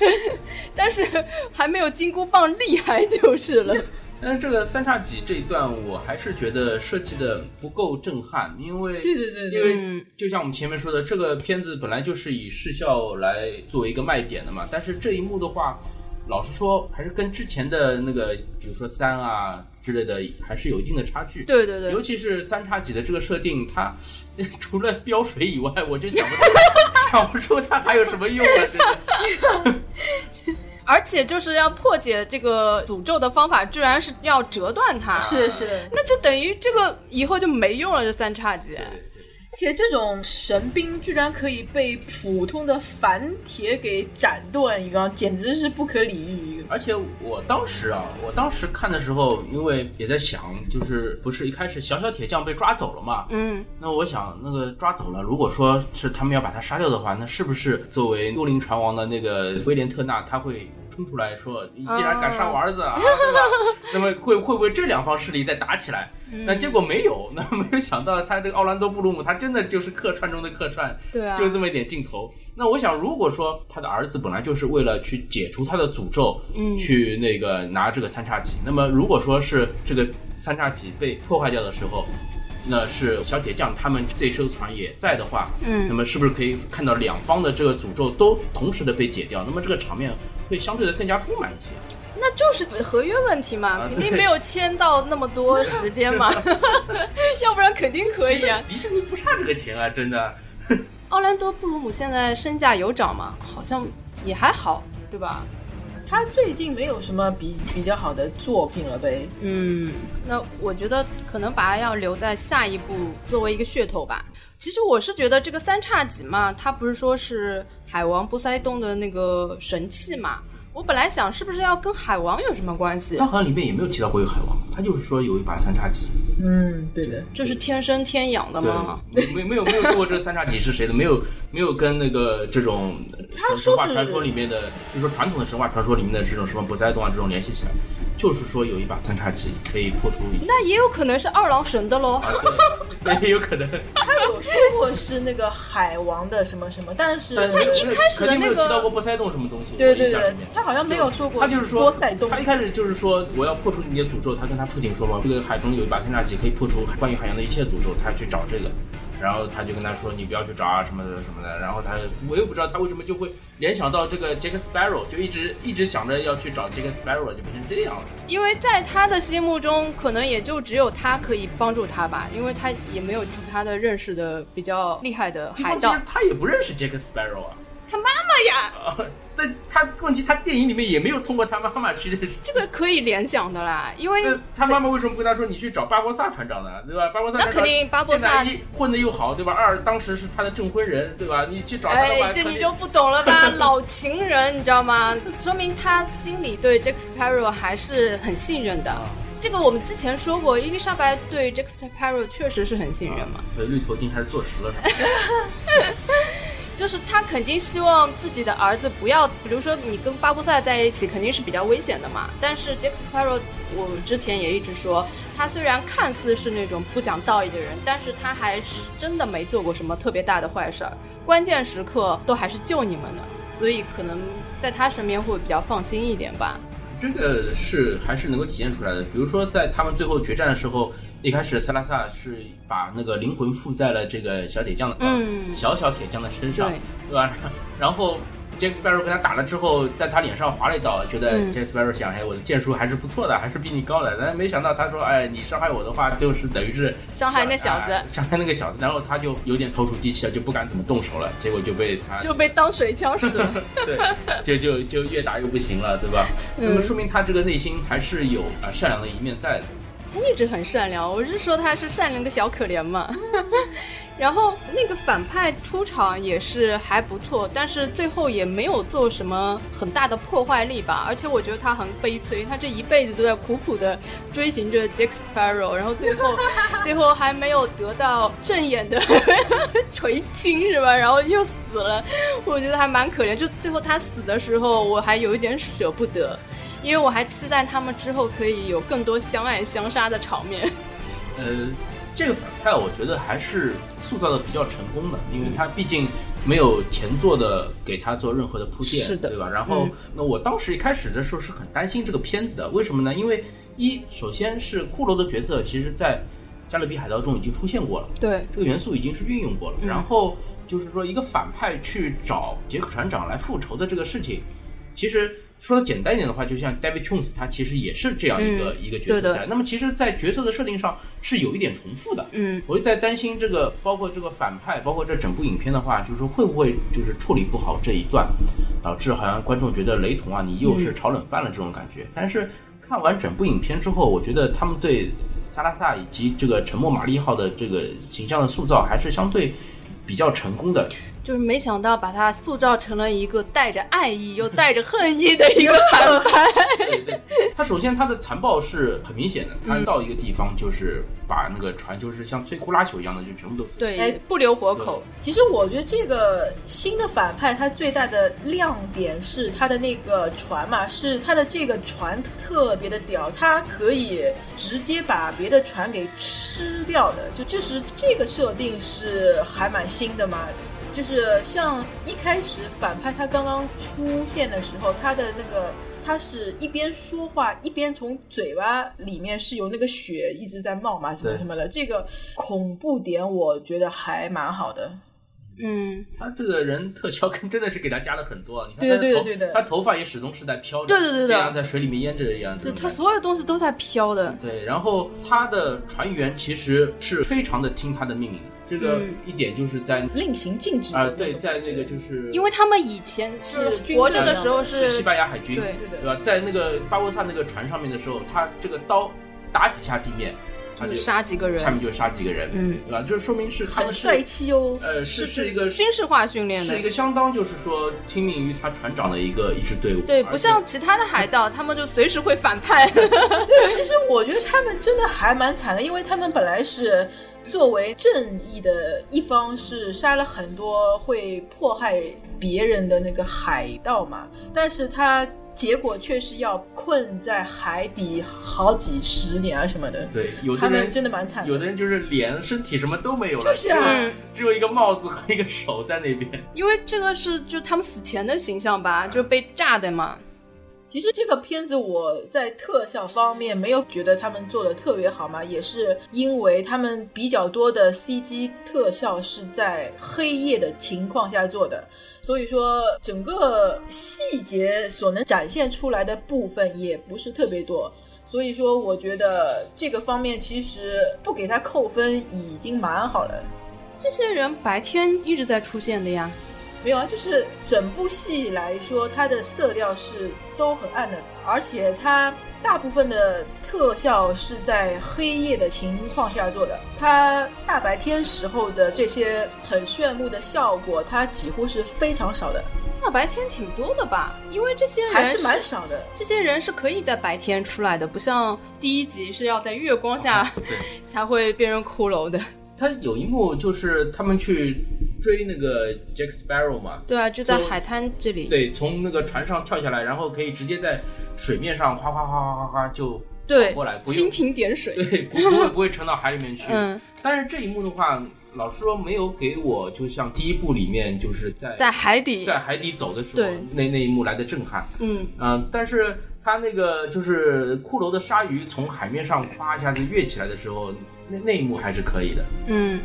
但是还没有金箍棒厉害就是了。
但是这个三叉戟这一段，我还是觉得设计的不够震撼，因为
对对对对嗯
因为就像我们前面说的，这个片子本来就是以视效来作为一个卖点的嘛，但是这一幕的话，老实说还是跟之前的那个，比如说三啊之类的，还是有一定的差距。
对对对
尤，其是三叉戟的这个设定，它 除了飙水以外，我真想不出想不出它还有什么用啊！真的
而且就是要破解这个诅咒的方法，居然是要折断它，
是是，而
那就等于这个以后就没用了。这三叉戟，
且这种神兵居然可以被普通的凡铁给斩断一个，简直是不可理喻。
而且我当时啊，我当时看的时候，因为也在想，就是不是一开始小小铁匠被抓走了嘛？
嗯，
那我想，那个抓走了，如果说是他们要把他杀掉的话，那是不是作为幽灵船王的那个威廉特纳，他会冲出来说：“你竟然敢杀我儿子啊，对吧？”那么会会不会这两方势力再打起来？那结果没有，那没有想到他这个奥兰多布鲁姆，他真的就是客串中的客串，
对啊，
就这么一点镜头。那我想，如果说他的儿子本来就是为了去解除他的诅咒，
嗯
去那个拿这个三叉戟，那么如果说是这个三叉戟被破坏掉的时候，那是小铁匠他们这艘船也在的话，
嗯
那么是不是可以看到两方的这个诅咒都同时的被解掉？那么这个场面会相对的更加丰满一些。
那就是合约问题嘛，
啊
肯定
对
没有签到那么啊多时间嘛， 要不然肯定可以啊。
其实迪士尼不差这个钱啊，真的。
奥兰多·布鲁姆现在身价有涨嘛，好像也还好，对吧？
他最近没有什么比比较好的作品了呗？
嗯，那我觉得可能把它要留在下一步作为一个噱头吧。其实我是觉得这个三叉戟嘛，它不是说是海王波塞冬的那个神器嘛，我本来想是不是要跟海王有什么关系
他？好像里面也没有提到过有海王，他就是说有一把三叉戟。
嗯，对的。
这是天生天养的吗？
对，没没有没有说过这三叉戟是谁的，没有没有跟那个这种
他
神
说
神话
是
传说里面的，就说传统的神话传说里面的这种什么波塞冬啊这种联系起来，就是说有一把三叉戟可以破除一切，
那也有可能是二郎神的喽。
那也有可能。
他有说过是那个海王的什么什么，但是
但
对
一
开始的
没有
那个
提到过波塞冬什么东西，
对
我
对
印象
对
里面，
他好像没有说过
他就是说
波塞冬，
他一开始就是说我要破除你的诅咒，他跟他父亲说嘛，这个海中有一把三叉戟可以破除关于海洋的一切诅咒，他去找这个，然后他就跟他说你不要去找啊什么的什么的，然后他我又不知道他为什么就会联想到这个 Jack Sparrow，就一直一直想着要去找 Jack Sparrow，就变成这样了。
因为在他的心目中，可能也就只有他可以帮助他吧，因为他也没有其他的认识的比较厉害的海
其
盗
实。他也不认识 Jack Sparrow 啊。
他妈妈呀，
啊但他问题，他电影里面也没有通过他妈妈去认识
这个可以联想的啦，因为
那他妈妈为什么不跟他说你去找巴博萨船长呢？对吧？巴博萨船
那
长
肯定巴博萨
现在一混的又好，对吧？二当时是他的证婚人，对吧？你去找他的话，
哎，这
肯
你
定
就不懂了 吧？老情人，你知道吗？说明他心里对 Jack Sparrow 还是很信任
啊
的。这个我们之前说过，伊丽莎白对 Jack Sparrow 确实是很信任嘛。
所以绿头巾还是坐实了，是吧？
就是他肯定希望自己的儿子不要，比如说你跟巴布萨在一起肯定是比较危险的嘛。但是 Jack Sparrow，我之前也一直说，他虽然看似是那种不讲道义的人，但是他还是真的没做过什么特别大的坏事儿，关键时刻都还是救你们的，所以可能在他身边会比较放心一点吧。
这个是还是能够体现出来的。比如说，在他们最后决战的时候，一开始塞拉萨是把那个灵魂附在了这个小铁匠的，
嗯
小小铁匠的身上，
对
对吧？ 然后 Jack Sparrow 跟他打了之后，在他脸上划了一刀，觉得
嗯
Jack Sparrow 想，哎，我的剑术还是不错的，还是比你高的。但没想到他说，哎，你伤害我的话，就是等于是
伤害那小子
哎伤害那个小子。然后他就有点投鼠忌器了，就不敢怎么动手了。结果就被他
就被当水枪使了。
对，就就就越打越不行了，对吧？那
嗯
么说明他这个内心还是有啊善良的一面在的。
他一直很善良，我是说他是善良的小可怜嘛。 然后那个反派出场也是还不错，但是最后也没有做什么很大的破坏力吧。而且我觉得他很悲催，他这一辈子都在苦苦的追寻着 Jack Sparrow，然后最后最后还没有得到正眼的 垂青是吧？然后又死了，我觉得还蛮可怜。就最后他死的时候，我还有一点舍不得。因为我还期待他们之后可以有更多相爱相杀的场面。
呃，这个反派我觉得还是塑造的比较成功的，
嗯
因为他毕竟没有前作的给他做任何的铺垫，
是的
对吧？然后、
嗯
那我当时一开始的时候是很担心这个片子的，为什么呢？因为一首先是骷髅的角色，其实在《加勒比海盗》中已经出现过了。
对，
这个元素已经是运用
嗯
过了。然后就是说，一个反派去找杰克船长来复仇的这个事情，其实说的简单一点的话，就像 David Jones，他其实也是这样一个、一个角色
嗯对的
在。那么其实，在角色的设定上是有一点重复的。
嗯，
我就在担心这个，包括这个反派，包括这整部影片的话，就是说会不会就是处理不好这一段，导致好像观众觉得雷同啊，你又是炒冷饭了这种感觉。但是看完整部影片之后，我觉得他们对萨拉萨以及这个沉默玛丽号的这个形象的塑造还是相对比较成功的。
就是没想到把他塑造成了一个带着爱意又带着恨意的一 个反派。
对对，他首先他的残暴是很明显的，他到一个地方就是把那个船就是像摧枯拉朽一样的就全部都摧
哎
对，不留活口。
其实我觉得这个新的反派它最大的亮点是它的那个船嘛，是它的这个船特别的屌，它可以直接把别的船给吃掉的，就就是这个设定是还蛮新的嘛。就是像一开始反派他刚刚出现的时候，他的那个他是一边说话一边从嘴巴里面是有那个血一直在冒嘛，什么
对
什么的，这个恐怖点我觉得还蛮好的。
嗯，
他这个人特效跟真的是给他加了很多啊！你看
对
他
对
头
对对对
他头发也始终是在飘着，
对对对对
这样在水里面淹着一样。
对
这种
他
感觉
所有东西都在飘的。
对，然后他的船员其实是非常的听他的命令的，这个
嗯
一点就是在啊、
令行禁止
对，在那个就是
因为他们以前
是军队
活着的时候
是西
是，
班牙海军
对
对
对
的，
吧？在那个巴博萨那个船上面的时候，他这个刀打几下地面，他就
杀几个
下
人，
面就杀几个人，
嗯，
对吧？这说明是他
很
们是
帅气哦。
呃是是一个
军事化训练
是一
的。
个相当就是说听命于他船长的一个一支队伍，
对，
而
不
且
像其他的海 盗，他们就随时会反派。
对，其实我觉得他们真的还蛮惨的，因为他们本来是作为正义的一方，是杀了很多会迫害别人的那个海盗嘛，但是他结果却是要困在海底好几十年啊什么的。
对有
他
的
们
人
真的蛮惨的
有的人就是脸、身体什么都没有了，
就是啊
嗯
只有只有一个帽子和一个手在那边。
因为这个是就他们死前的形象吧，就被炸的嘛。
其实这个片子我在特效方面没有觉得他们做的特别好嘛，也是因为他们比较多的 CG 特效是在黑夜的情况下做的，所以说整个细节所能展现出来的部分也不是特别多。所以说，我觉得这个方面其实不给他扣分已经蛮好了。
这些人白天一直在出现的呀。
没有啊，就是整部戏来说，它的色调是都很暗的，而且它大部分的特效是在黑夜的情况下做的。它大白天时候的这些很炫目的效果，它几乎是非常少的，
那白天挺多的吧？因为这些人
还是蛮少的。
这些人是可以在白天出来的，不像第一集是要在月光下
啊对，
才会变成骷髅的。
他有一幕就是他们去追那个 Jack Sparrow 嘛，
对啊，就在
就
海滩这里。
对，从那个船上跳下来，然后可以直接在水面上哗哗哗哗哗哗就
对
跑过来，不用
蜻蜓点水。
对，不不会不会沉到海里面去。
嗯，
但是这一幕的话，老实说没有给我，就像第一部里面就是在
在海底。
在海底走的时候
对，
那那一幕来的震撼。
嗯，
嗯、但是他那个就是骷髅的鲨鱼从海面上咵一下子跃起来的时候，那那一幕还是可以的。
嗯，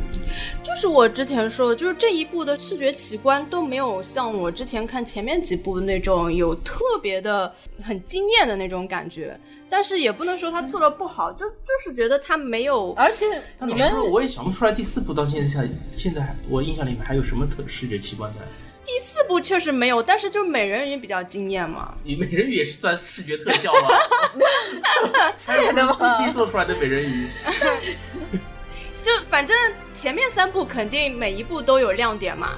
就是我之前说的，就是这一部的视觉奇观都没有像我之前看前面几部那种有特别的很惊艳的那种感觉，但是也不能说他做的不好，就就是觉得他没有，
而且
但
你
老
们
实说，我也想不出来第四部到现在现在我印象里面还有什么特视觉奇观在。
第四部确实没有，但是就美人鱼比较惊艳嘛，
你美人鱼也是算视觉特效吗？还有
的吗
CG 做出来的美人鱼，
就反正前面三部肯定每一部都有亮点嘛。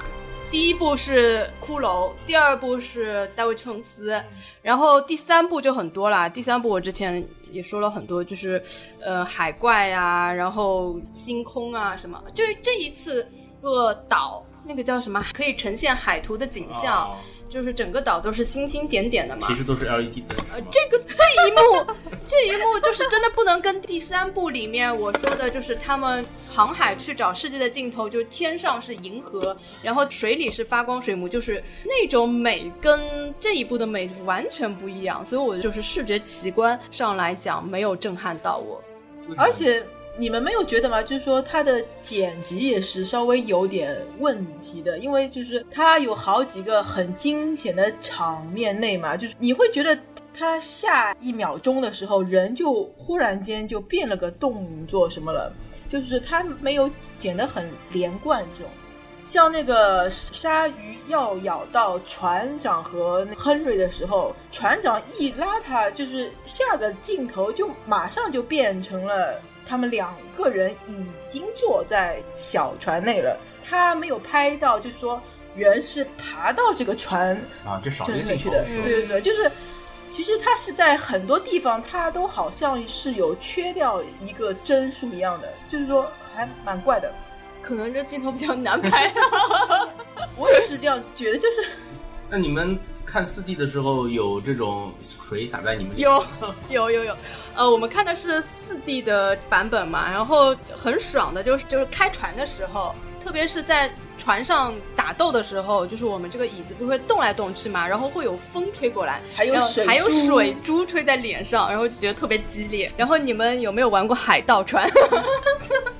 第一部是骷髅，第二部是大卫琼斯，然后第三部就很多啦。第三部我之前也说了很多，就是呃海怪啊，然后星空啊什么，就是这一次个岛那个叫什么，可以呈现海图的景象，
哦
就是整个岛都是星星点点的嘛
其。实都是 E LED 灯。是
呃
吗
这个这一幕，这一幕就是真的不能跟第三部里面我说的，就是他们航海去找世界的尽头，就是天上是银河，然后水里是发光水母，就是那种美跟这一部的美完全不一样。所以我就是视觉奇观上来讲，没有震撼到我。
而且你们没有觉得吗？就是说它的剪辑也是稍微有点问题的，因为就是它有好几个很惊险的场面内嘛，就是你会觉得。他下一秒钟的时候，人就忽然间就变了个动作什么了，就是他没有剪得很连贯这种。像那个鲨鱼要咬到船长和亨瑞的时候，船长一拉他，就是下个镜头就马上就变成了他们两个人已经坐在小船内了。他没有拍到，就说人是爬到这个船
啊，这少了一个
真
镜
正去
头
的，
是吧
对对对，就是其实它是在很多地方，它都好像是有缺掉一个帧数一样的，就是说还蛮怪的。
可能这镜头比较难拍，啊
我也是这样觉得，就是
那你们看四 D 的时候有这种水洒在你们脸上
有 有有有，呃，我们看的是四 D 的版本嘛，然后很爽的就是就是开船的时候，特别是在船上打斗的时候，就是我们这个椅子不是会动来动去嘛，然后会有风吹过来，
还有
然后
水
还有
珠
水珠吹在脸上，然后就觉得特别激烈。然后你们有没有玩过海盗船？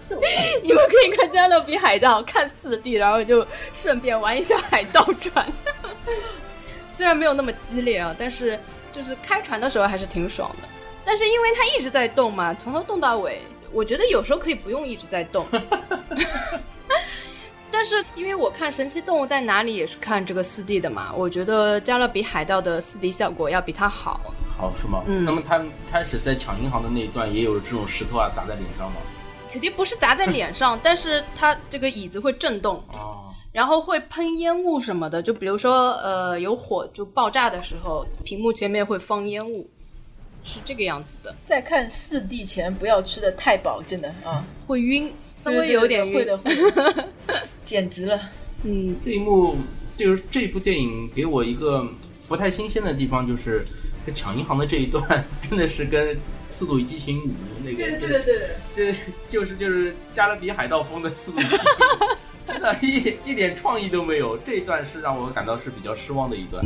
你们可以看《加勒比海盗》，看四 D，然后就顺便玩一下海盗船。 虽然没有那么激烈啊，但是就是开船的时候还是挺爽的。但是因为它一直在动嘛，从头动到尾，我觉得有时候可以不用一直在动。 但是因为我看《神奇动物在哪里》也是看这个四 D 的嘛，我觉得《加勒比海盗》的四 D 效果要比它好。
好是吗？
嗯
那么他们开始在抢银行的那一段也有这种石头啊砸在脸上吗？
肯定不是砸在脸上，但是它这个椅子会震动，
哦，
然后会喷烟雾什么的。就比如说，呃，有火就爆炸的时候，屏幕前面会放烟雾，是这个样子的，
在看四 D 前不要吃的太饱，真的 啊，
会晕，稍
对
微
对
有点
对
晕。
会的，会的， 简直了。
嗯，
这一幕就是这部电影给我一个不太新鲜的地方，就是这抢银行的这一段真的是跟《速度与激情五》那个就是
对，
这就是就是加勒比海盗风的速度与激情五，真的一点一点创意都没有。这一段是让我感到是比较失望的一段。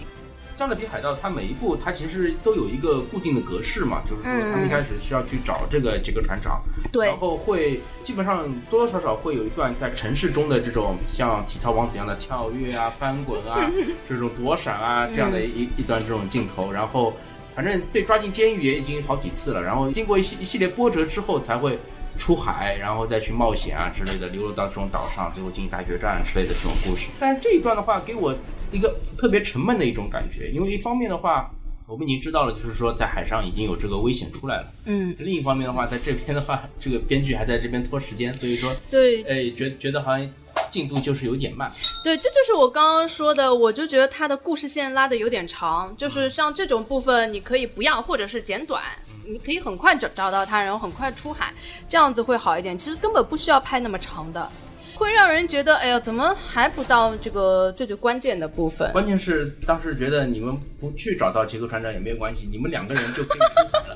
加勒比海盗它每一步它其实都有一个固定的格式嘛，就是说
嗯
他们一开始是要去找这个这个船长，
对
然，后会基本上多多少少会有一段在城市中的这种像体操王子一样的跳跃啊、翻滚啊、这种躲闪啊这样的一、一段这种镜头，然后反正被抓进监狱也已经好几次了，然后经过一系一系列波折之后才会出海，然后再去冒险啊之类的，流落到这种岛上，最后进行大决战之类的这种故事。但是这一段的话，给我一个特别沉闷的一种感觉，因为一方面的话。我们已经知道了，就是说在海上已经有这个危险出来了。
嗯，
另一方面的话，在这边的话，这个编剧还在这边拖时间，所以说，
对
哎，觉觉得好像进度就是有点慢。
对，这就是我刚刚说的，我就觉得它的故事线拉的有点长，就是像这种部分你可以不要，或者是剪短，你可以很快找找到它，然后很快出海，这样子会好一点。其实根本不需要拍那么长的。会让人觉得，哎呀，怎么还不到这个最最关键的部分？
关键是当时觉得你们不去找到杰克船长也没有关系，你们两个人就可以出海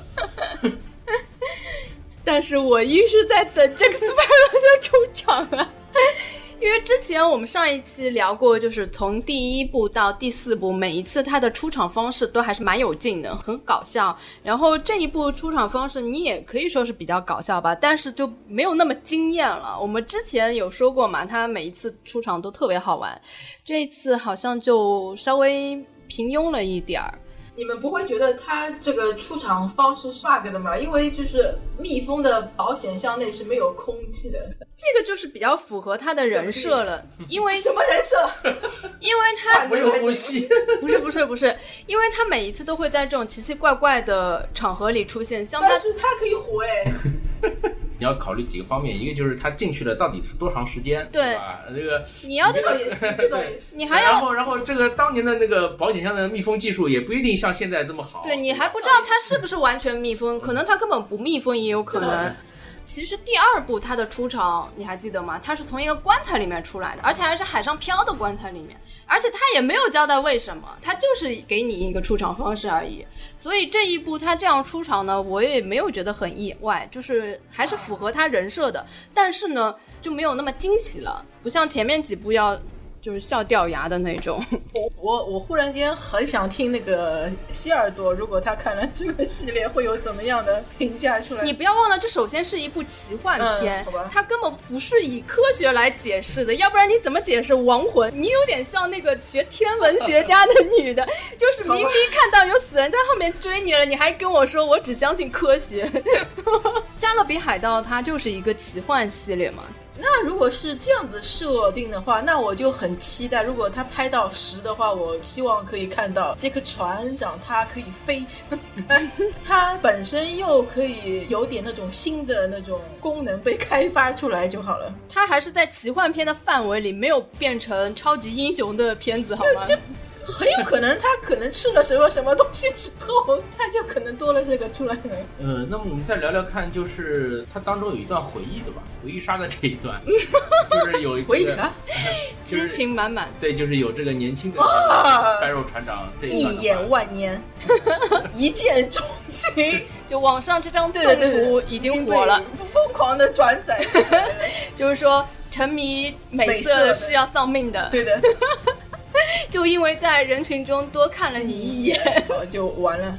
了。
但是我一是在等 Jack Sparrow 的出场啊，因为之前我们上一期聊过，就是从第一部到第四部，每一次他的出场方式都还是蛮有劲的，很搞笑。然后这一部出场方式，你也可以说是比较搞笑吧，但是就没有那么惊艳了。我们之前有说过嘛，他每一次出场都特别好玩，这一次好像就稍微平庸了一点儿。
你们不会觉得他这个出场方式是 bug 的吗？因为就是蜜蜂的保险箱内是没有空气的，
这个就是比较符合他的人设了，因为
什么人设？
因为他
没有呼吸，
不是不是不是，因为他每一次都会在这种奇奇怪怪的场合里出现，像他
但是他可以活哎、
你要考虑几个方面，一个就是他进去了到底是多长时间，
对
吧？这个
你要
这
这
倒
个，
也是，这倒也是。
你还
然
要
后，然后这个当年的那个保险箱的密封技术也不一定像现在这么好。
对你还不知道他是不是完全密封，可能他根本不密封也有可
这倒也
能
是。
其实第二部他的出场你还记得吗？他是从一个棺材里面出来的，而且还是海上漂的棺材里面，而且他也没有交代为什么，他就是给你一个出场方式而已。所以这一部他这样出场呢，我也没有觉得很意外，就是还是符合他人设的，但是呢就没有那么惊喜了，不像前面几部要就是笑掉牙的那种。
我我我忽然间很想听那个希尔多，如果他看了这个系列，会有怎么样的评价出来？
你不要忘了，这首先是一部奇幻片
嗯，好吧
它根本不是以科学来解释的，要不然你怎么解释亡魂？你有点像那个学天文学家的女的， 就是明明看到有死人在后面追你了，你还跟我说我只相信科学。 加勒比海盗它就是一个奇幻系列嘛，
那如果是这样子设定的话，那我就很期待。如果他拍到十的话，我希望可以看到这个船长他可以飞起来， 他本身又可以有点那种新的那种功能被开发出来就好了。
它还是在奇幻片的范围里，没有变成超级英雄的片子好吗？
很有可能他可能吃了什么什么东西之后，他就可能多了这个出来了。
呃，那么我们再聊聊看，就是它当中有一段回忆的吧，回忆杀的这一 段，就是有一个
回忆啥？
激情满满。
对，就是有这个年轻的
啊
Sparrow 船长这一段
一
的话
眼 万年，一见钟情。
就网上这张动
对的对
图
的，
已经火了，
已经被疯狂的转载。
就是说沉迷美色是要丧命的，
对的，
就因为在人群中多看了你一眼。
我就完了。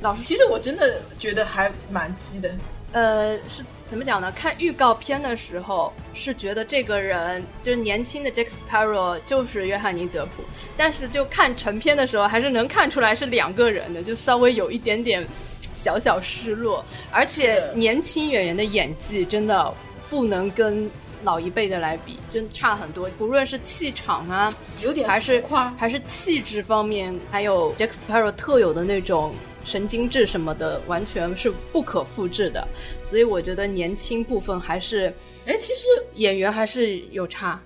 老师，
其实我真的觉得还蛮鸡的，
呃，是怎么讲呢？看预告片的时候是觉得这个人就是年轻的 Jack Sparrow 就是约翰尼德普，但是就看成片的时候还是能看出来是两个人的，就稍微有一点点小小失落。而且
是
年轻演员的演技真的不能跟老一辈的来比，真的差很多，不论是气场啊。
有点
还是
浮夸。
还是气质方面，还有 Jack Sparrow 特有的那种神经质什么的，完全是不可复制的。所以我觉得年轻部分还是
哎，其实
演员还是有差。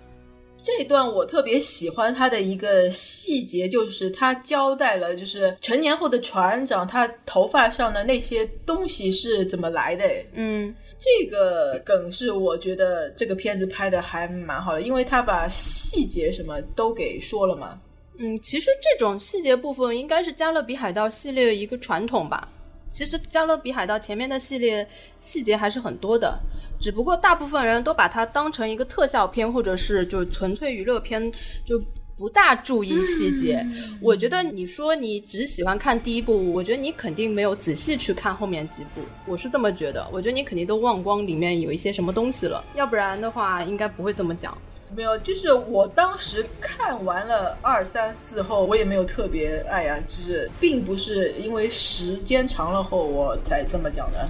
这一段我特别喜欢他的一个细节，就是他交代了，就是成年后的船长他头发上的那些东西是怎么来的。哎
嗯，
这个梗是我觉得这个片子拍的还蛮好的，因为他把细节什么都给说了嘛。
嗯，其实这种细节部分应该是《加勒比海盗》系列一个传统吧。其实《加勒比海盗》前面的系列细节还是很多的，只不过大部分人都把它当成一个特效片，或者是就是纯粹娱乐片，就不大注意细节。我觉得你说你只喜欢看第一部，我觉得你肯定没有仔细去看后面几部，我是这么觉得。我觉得你肯定都忘光里面有一些什么东西了，要不然的话应该不会这么讲。
没有，就是我当时看完了二三四后，我也没有特别哎呀，就是并不是因为时间长了后我才这么讲的。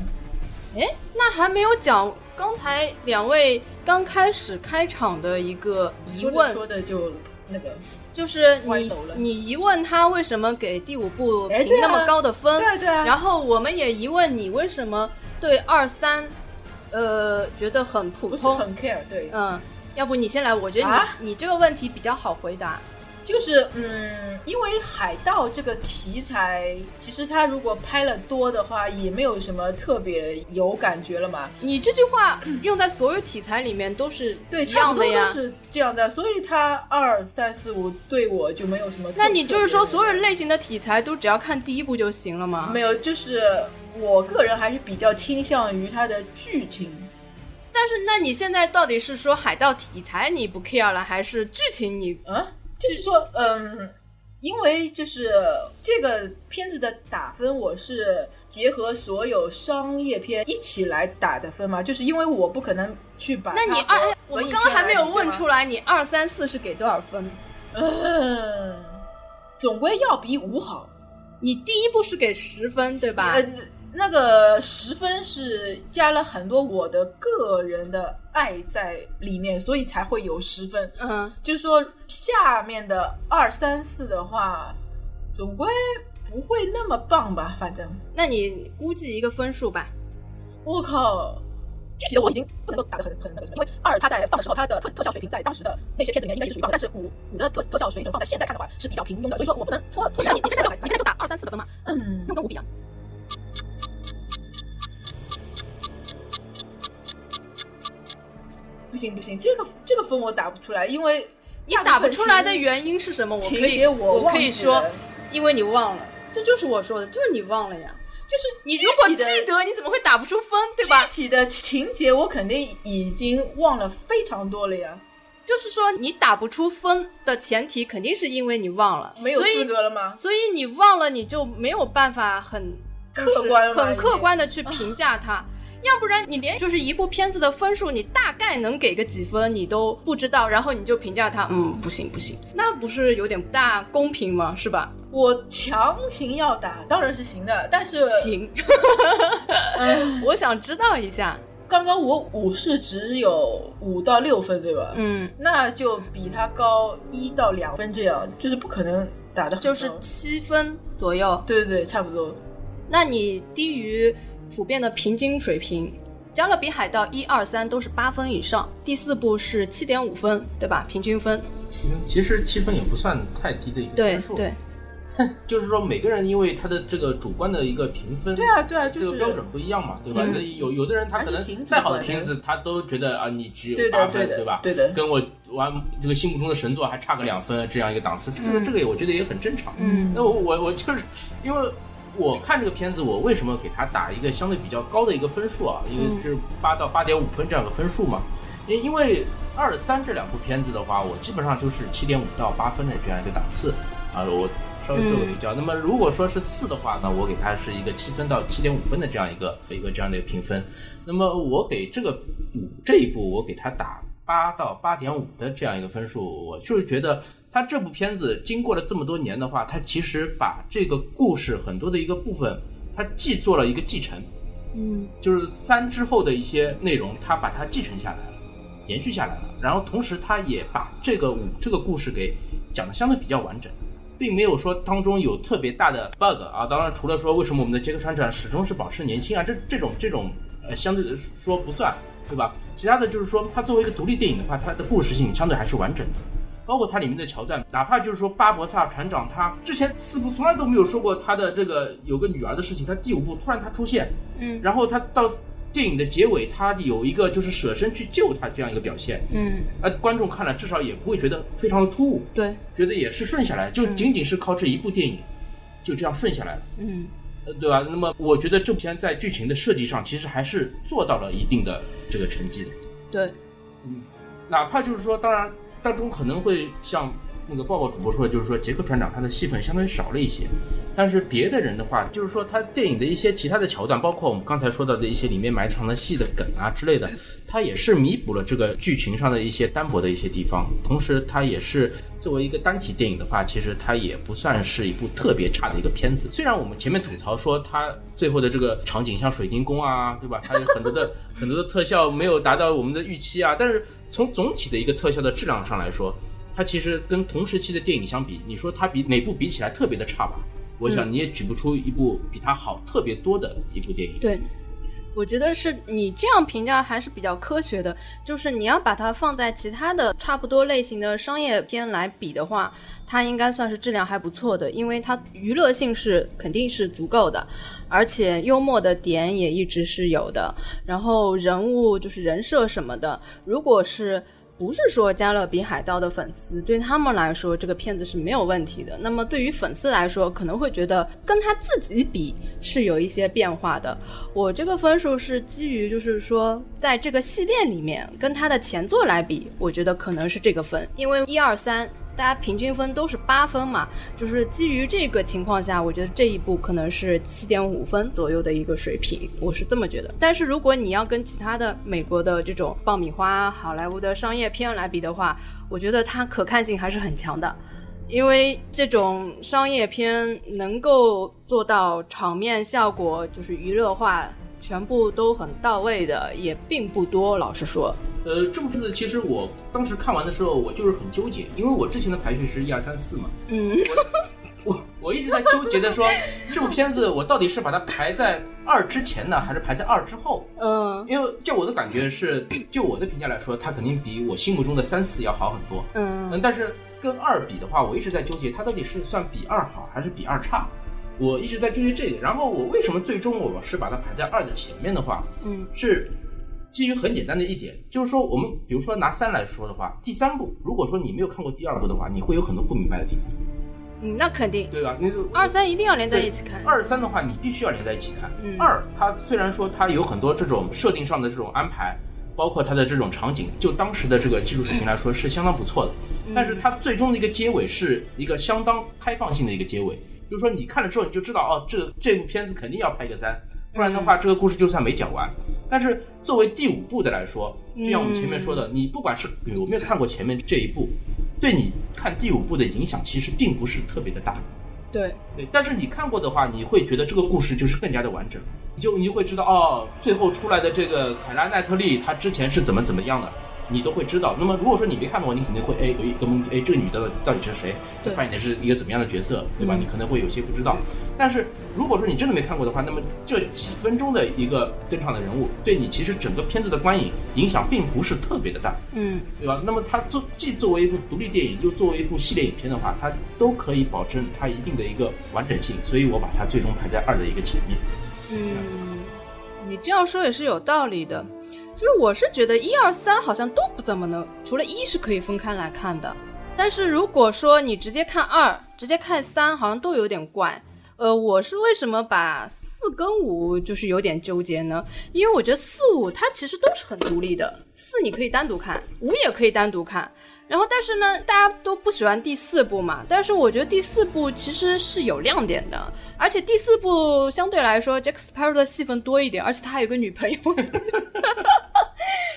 哎那还没有讲刚才两位刚开始开场的一个疑问，
说着就那个，
就是
歪
你
楼了
你一问他为什么给第五部
哎
评
对啊
那么高的分，
对啊对啊，
然后我们也疑问你为什么对二三，呃，觉得很普
不是
通，
很 care，对，
嗯，要不你先来，我觉得你、
啊
你这个问题比较好回答，
就是嗯，因为海盗这个题材，其实它如果拍了多的话，也没有什么特别有感觉了嘛。
你这句 话用在所有题材里面都是
对，
一
差
样
不多
的呀
都。是这样的，所以它二三四五对我就没有什么特。
那你就是说，
特别的
所有类型的题材都只要看第一部就行了吗？
没有，就是我个人还是比较倾向于它的剧情。
但是，那你现在到底是说海盗题材你不 care 了，还是剧情你
啊，就是说，嗯，因为就是这个片子的打分，我是结合所有商业片一起来打的分嘛，就是因为我不可能去把它
那
和文
你
艺片来比。
二，哎我们刚刚还没有问出
来，
来，你二三四是给多少分？
嗯，总归要比五好
你第一部是给十分，对吧？
呃，那个十分是加了很多我的个人的爱在里面，所以才会有十分。
嗯，
就是说下面的二三四的话，总归不会那么棒吧？反正
那你估计一个分数吧。
我靠，具体的我已经
呃
不能够打得很很很，因为二它在放的时候，它的特特效水平在当时的那些片子里面应该也是属于棒的，但是五五的特特效水准放在现在看的话是比较平庸的，所以说我不能拖拖下你，你现在就你现在就打二三四的分嘛，嗯，那跟我不一样。不行不行，这个这个分我打不出来，因为
你打不出来的原因是什么？我可
情
以，
节我
我
忘
可以
记
说
了，
因为你忘了，这就是我说的，就是你忘了呀。
就是
你
具
如果
体
记
的
得，你怎么会打不出分，对吧？
具体的情节我肯定已经忘了非常多了呀，
就是说，你打不出分的前提，肯定是因为你忘了，
没有
所
资
以
格了吗？
所以你忘了，你就没有办法很就是
客观了
很
已经
客观的去评价 它。要不然你连就是一部片子的分数，你大概能给个几分，你都不知道，然后你就评价它，嗯，不行不行，那不是有点不大公平吗？是吧？
我强行要打当然是行的，但是
行，
嗯，
我想知道一下，
刚刚我五是只有五到六分对吧？
嗯，
那就比他高一到两分这样，就是不可能打的
就是七分左右，
对对对，差不多。
那你低于普遍的平均水平。《加勒比海盗》一二三都是八分以上，第四部是七点五分，对吧？平均分，
其实七分也不算太低的一个
对
分数，
对，
就是说每个人因为他的这个主观的一个评分，
对啊对啊，
这
就
个
是啊
标准不一样嘛，对吧？
嗯
那有有的人他可
还是挺
能
主
再好的
观的
片子，他都觉得啊，你只
对
有八
的
分，
的
吧？
对的，
跟我玩这个心目中的神作还差个两分这样一个档次，这个、
嗯
这个也我觉得也很正常。
嗯
那我我我就是因为我看这个片子，我为什么给它打一个相对比较高的一个分数啊？因为这是八到八点五分这样一个分数嘛。因因为二三这两部片子的话，我基本上就是七点五到八分的这样一个档次啊，我稍微做个比较。那么如果说是四的话呢，我给它是一个七分到七点五分的这样一个一个这样的一个评分。那么我给这个五这一部，我给它打八到八点五的这样一个分数，我就是觉得它这部片子经过了这么多年的话，它其实把这个故事很多的一个部分，它既做了一个继承，
嗯，
就是三之后的一些内容，它把它继承下来了，延续下来了。然后同时，它也把这个五这个故事给讲的相对比较完整，并没有说当中有特别大的 bug 啊。当然，除了说为什么我们的杰克船长始终是保持年轻啊，这这种这种呃相对说不算，对吧？其他的就是说，它作为一个独立电影的话，它的故事性相对还是完整的。包括它里面的桥段，哪怕就是说巴博萨船长他之前四部从来都没有说过他的这个有个女儿的事情，他第五部突然他出现，
嗯
然后他到电影的结尾，他有一个就是舍身去救他这样一个表现，
嗯，
呃，观众看了至少也不会觉得非常的突兀，
对，
觉得也是顺下来，就仅仅是靠这一部电影，就这样顺下来了。
嗯
呃，对吧？那么我觉得这部片在剧情的设计上，其实还是做到了一定的这个成绩的。
对，
哪怕就是说，当然当中可能会像那个抱抱主播说的，就是说杰克船长他的戏份相对少了一些，但是别的人的话，就是说他电影的一些其他的桥段，包括我们刚才说到的一些里面埋藏的戏的梗啊之类的，它也是弥补了这个剧情上的一些单薄的一些地方，同时它也是作为一个单体电影的话，其实它也不算是一部特别差的一个片子。虽然我们前面吐槽说它最后的这个场景像水晶宫啊，对吧？它有很多的很多的特效没有达到我们的预期啊，但是从总体的一个特效的质量上来说，它其实跟同时期的电影相比，你说它比哪部比起来特别的差吧？我想你也举不出一部比它好特别多的一部电影。
对，我觉得是你这样评价还是比较科学的，就是你要把它放在其他的差不多类型的商业片来比的话，它应该算是质量还不错的，因为它娱乐性是肯定是足够的，而且幽默的点也一直是有的，然后人物就是人设什么的，如果是。不是说《加勒比海盗》的粉丝对他们来说这个片子是没有问题的，那么对于粉丝来说，可能会觉得跟他自己比是有一些变化的。我这个分数是基于就是说，在这个系列里面跟他的前作来比，我觉得可能是这个分，因为一二三大家平均分都是八分嘛，就是基于这个情况下，我觉得这一部可能是七点五分左右的一个水平，我是这么觉得。但是如果你要跟其他的美国的这种爆米花、好莱坞的商业片来比的话，我觉得它可看性还是很强的。因为这种商业片能够做到场面效果，就是娱乐化，全部都很到位的，也并不多。老实说，
呃，这部片子其实我当时看完的时候，我就是很纠结，因为我之前的排序是一二三四嘛，
嗯，
我我我一直在纠结的说，这部片子我到底是把它排在二之前呢，还是排在二之后？
嗯
因为就我的感觉是，就我的评价来说，它肯定比我心目中的三四要好很多。嗯，
嗯
但是跟二比的话，我一直在纠结它到底是算比二好还是比二差，我一直在纠结这个。然后我为什么最终我是把它排在二的前面的话，
嗯，
是基于很简单的一点，就是说我们比如说拿三来说的话，第三部如果说你没有看过第二部的话，你会有很多不明白的地方，
嗯，那肯定。
对吧？啊那就
二三一定要连在一起看。
二三的话，你必须要连在一起看。
嗯
二，它虽然说它有很多这种设定上的这种安排，包括它的这种场景，就当时的这个技术水平来说是相当不错的。
嗯
但是它最终的一个结尾是一个相当开放性的一个结尾，就是说你看了之后你就知道哦，这个这部片子肯定要拍一个三，不然的话这个故事就算没讲完。但是作为第五部的来说，就像我们前面说的，你不管是有没有看过前面这一部，对你看第五部的影响其实并不是特别的大。
对，
对，但是你看过的话，你会觉得这个故事就是更加的完整，你就你就会知道哦，最后出来的这个凯拉奈特利她之前是怎么怎么样的，你都会知道。那么如果说你没看过，你肯定会哎有一个懵逼，哎这个女的到底是谁，
对
扮演的是一个怎么样的角色，对吧？
嗯
你可能会有些不知道。但是如果说你真的没看过的话，那么这几分钟的一个登场的人物，对你其实整个片子的观影影响并不是特别的大。
嗯
对吧？那么它作既作为一部独立电影，又作为一部系列影片的话，它都可以保证它一定的一个完整性，所以我把它最终排在二的一个前面。
嗯，你这样说也是有道理的。就是我是觉得一二三好像都不怎么能，除了一是可以分开来看的，但是如果说你直接看二，直接看三，好像都有点怪。呃，我是为什么把四跟五就是有点纠结呢？因为我觉得四五它其实都是很独立的，四你可以单独看，五也可以单独看。然后，但是呢，大家都不喜欢第四部嘛，但是我觉得第四部其实是有亮点的，而且第四部相对来说，Jack Sparrow 的戏份多一点，而且他还有个女朋友。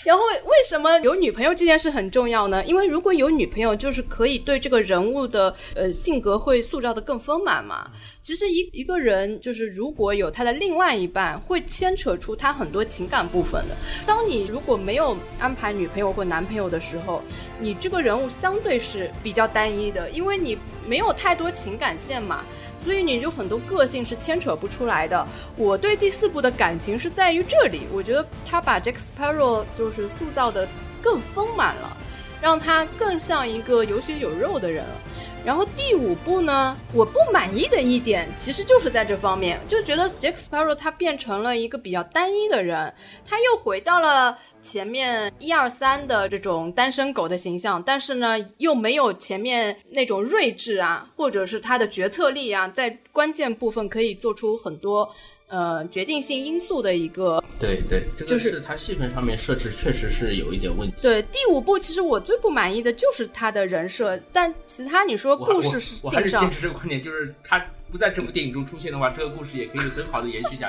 然后为什么有女朋友这件事很重要呢？因为如果有女朋友，就是可以对这个人物的呃性格会塑造的更丰满嘛。其实一一个人就是如果有他的另外一半，会牵扯出他很多情感部分的。当你如果没有安排女朋友或男朋友的时候，你这个人物相对是比较单一的，因为你没有太多情感线嘛，所以你就很多个性是牵扯不出来的。我对第四部的感情是在于这里，我觉得他把 Jack Sparrow 就是塑造的更丰满了，让他更像一个有血有肉的人了。然后第五部呢，我不满意的一点其实就是在这方面，就觉得 Jack Sparrow 他变成了一个比较单一的人，他又回到了前面一二三的这种单身狗的形象，但是呢，又没有前面那种睿智啊，或者是他的决策力啊，在关键部分可以做出很多呃决定性因素的一个。
对对，这
就
个
是
是它戏份上面设置确实是有一点问题。
对呃第五部，其实我最不满意的就是他的人设，但其他你说
我还
故事
我我
性
还是
上
坚，持这个观点，就是它不在这部电影中出现的话，这个故事也可以很好的延续下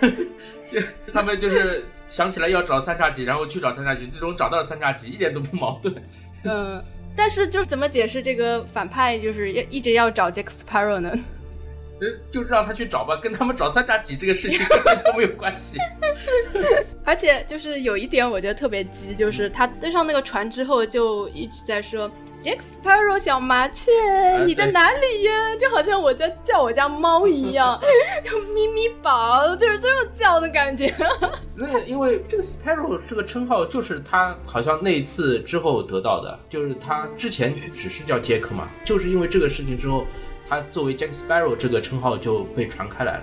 去。 他们就是想起来要找三叉戟，然后去找三叉戟，最终找到了三叉戟，一点都不矛盾。
嗯，但是就是怎么解释这个反派就是要一直要找 Jack Sparrow 呢？
呃就让他去找吧，跟他们找三叉戟这个事情根本就没有关系。
而且就是有一点我觉得特别鸡，就是他登上那个船之后就一直在说 Jack Sparrow 小麻雀，你在
哎对
哪里呀？就好像我在叫我家猫一 样，咪咪宝就是这种叫的感觉。
那个，因为这个 Sparrow 这个称号就是他好像那一次之后得到的，就是他之前只是叫杰克嘛，就是因为这个事情之后，他作为 Jack Sparrow 这个称号就被传开来了。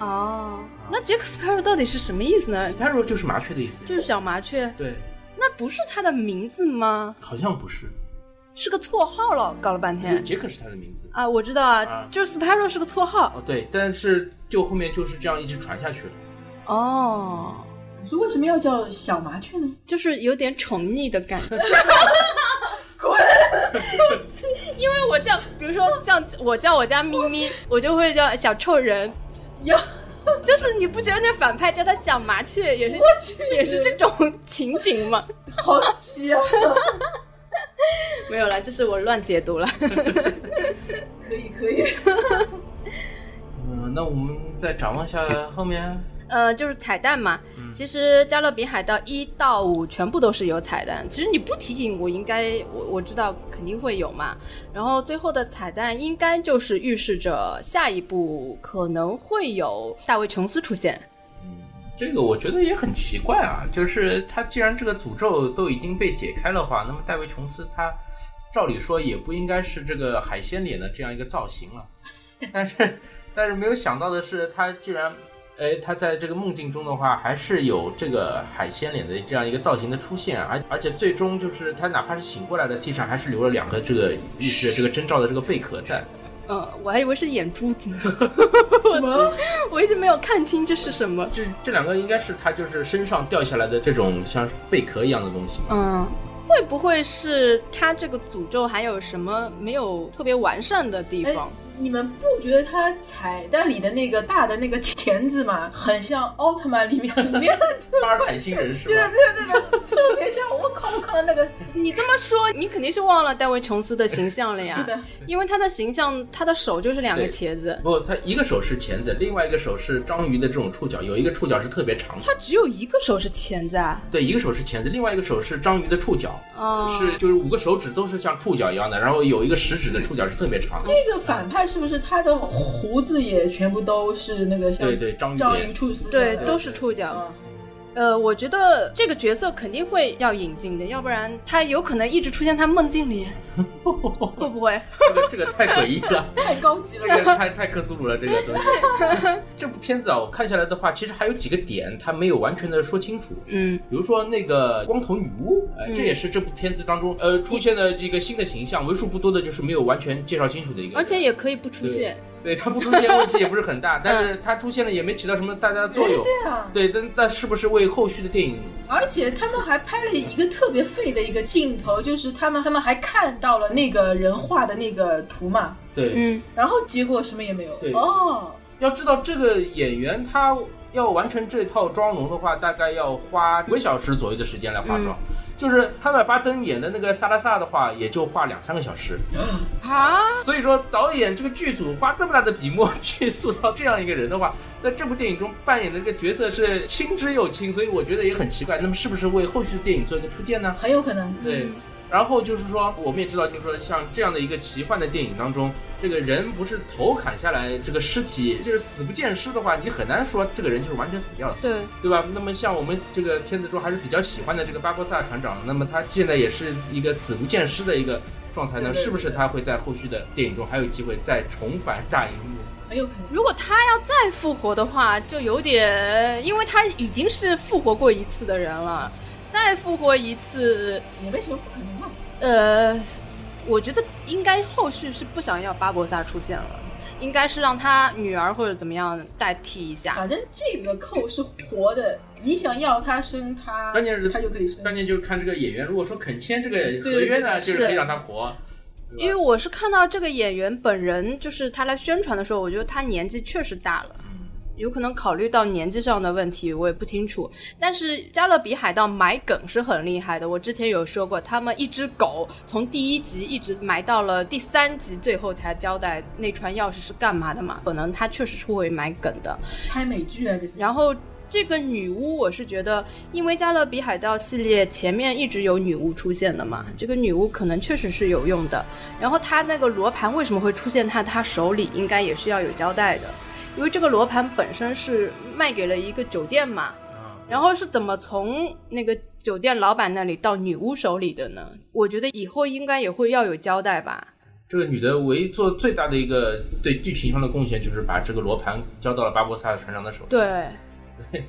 哦，那 Jack Sparrow 到底是什么意思呢？
Sparrow 就是麻雀的意思，
呃就是小麻雀，
对，
那不是他的名字吗？
好像不是，
是个绰号了，搞了半
因为
天
杰克是他的名字。
啊！我知道啊
嗯啊，
就是 Sparrow 是个绰号
哦，对，但是就后面就是这样一直传下去了。
哦，
可是为什么要叫小麻雀呢？
就是有点宠溺的感 觉。滚！ 因为我叫，比如说像我叫我家咪咪，我就会叫小臭人。
呀，
就是你不觉得那反派叫他小麻雀也是也是这种情景吗？
好奇啊！
没有啦，这是我乱解读了。
可以可以，
嗯、那我们再展望一下后面。啊
呃，就是彩蛋嘛。
嗯
其实《加勒比海盗》一到五全部都是有彩蛋，其实你不提醒我，应该我我知道肯定会有嘛。然后最后的彩蛋应该就是预示着下一部可能会有大卫·琼斯出现。
这个我觉得也很奇怪啊，就是他既然这个诅咒都已经被解开的话，那么戴维·琼斯他照理说也不应该是这个海鲜脸的这样一个造型了，但是但是没有想到的是，他居然。哎，他在这个梦境中的话，还是有这个海鲜脸的这样一个造型的出现，啊而而且最终就是他哪怕是醒过来的地上，还是留了两个这个预示这个征兆的这个贝壳在。
嗯，我还以为是眼珠子呢，
什么？
我一直没有看清这是什么。
这这两个应该是他就是身上掉下来的这种像贝壳一样的东西嘛。
嗯，会不会是他这个诅咒还有什么没有特别完善的地
哎
方？
你们不觉得它彩蛋里的那个大的那个钳子吗？很像奥特曼里面里面的，
巴尔坦星人是
对
吧？
对对对，特别像。我靠，我看到那个，
你这么说，你肯定是忘了戴维·琼斯的形象了呀。
是的，
因为他的形象，他的手就是两个
对
茄子，
不，他一个手是钳子，另外一个手是章鱼的这种触角，有一个触角是特别长的。
他只有一个手是钳子啊。
对，一个手是钳子，另外一个手是章鱼的触角，
哦，
是就是五个手指都是像触角一样的，然后有一个食指的触角是特别长的。
这个反派是不是他的胡子也全部都是那个像
对对章鱼
章鱼
脸
触丝一
对
样，的？
都是触角。
嗯
呃，我觉得这个角色肯定会要引进的，要不然他有可能一直出现他梦境 里，会不会？
这个这个太诡异了，
太高级
这
了。
个太太克苏鲁了，这个东西。这部片子啊，我看下来的话，其实还有几个点他没有完全的说清楚。
嗯，
比如说那个光头女巫，呃，
嗯
这也是这部片子当中呃出现的这个新的形象，为数不多的就是没有完全介绍清楚的一个。
而且也可以不出现。
对它不出现问题也不是很大，但是它出现了也没起到什么大家的作用。
对啊，
对，但但是不是为后续的电影？
而且他们还拍了一个特别废的一个镜头，就是他们他们还看到了那个人画的那个图嘛，
对，
嗯，
然后结果什么也没有
对。
哦，
要知道这个演员他要完成这套妆容的话，大概要花一个小时左右的时间来化妆。就是汉密尔巴登演的那个萨拉萨的话，也就花两三个小时。
啊，
所以说，导演这个剧组花这么大的笔墨去塑造这样一个人的话，在这部电影中扮演的这个角色是亲之又亲，所以我觉得也很奇怪。那么，是不是为后续的电影做一个铺垫呢？
很有可能。
对，然后就是说，我们也知道，就是说，像这样的一个奇幻的电影当中，这个人不是头砍下来，这个尸体就是死不见尸的话，你很难说这个人就是完全死掉了，
对，
对吧？那么像我们这个片子中还是比较喜欢的这个巴博萨船长，那么他现在也是一个死不见尸的一个状态呢，
对对
是不是他会在后续的电影中还有机会再重返大荧幕？
很有可能。
如果他要再复活的话，就有点，因为他已经是复活过一次的人了，再复活一次，
也没什么不可能嘛。
呃，我觉得应该后续是不想要巴博萨出现了，应该是让他女儿或者怎么样代替一下。
反正这个扣是活的，你想要他生他，
关键是
他就可以生。
关键就是看这个演员，如果说肯签这个合约呢，
对
就是是可以让他活。对吧
因为我是看到这个演员本人，就是他来宣传的时候，我觉得他年纪确实大了，有可能考虑到年纪上的问题，我也不清楚。但是《加勒比海盗》埋梗是很厉害的，我之前有说过，他们一只狗从第一集一直埋到了第三集，最后才交代那串钥匙是干嘛的嘛。可能他确实是会埋梗的。
拍美剧啊，这是。
然后这个女巫，我是觉得，因为《加勒比海盗》系列前面一直有女巫出现的嘛，这个女巫可能确实是有用的。然后她那个罗盘为什么会出现她她手里，应该也是要有交代的，因为这个罗盘本身是卖给了一个酒店嘛，
啊，
然后是怎么从那个酒店老板那里到女巫手里的呢？我觉得以后应该也会要有交代吧。
这个女的唯一做最大的一个对剧情上的贡献，就是把这个罗盘交到了巴博萨船长的手里。
对，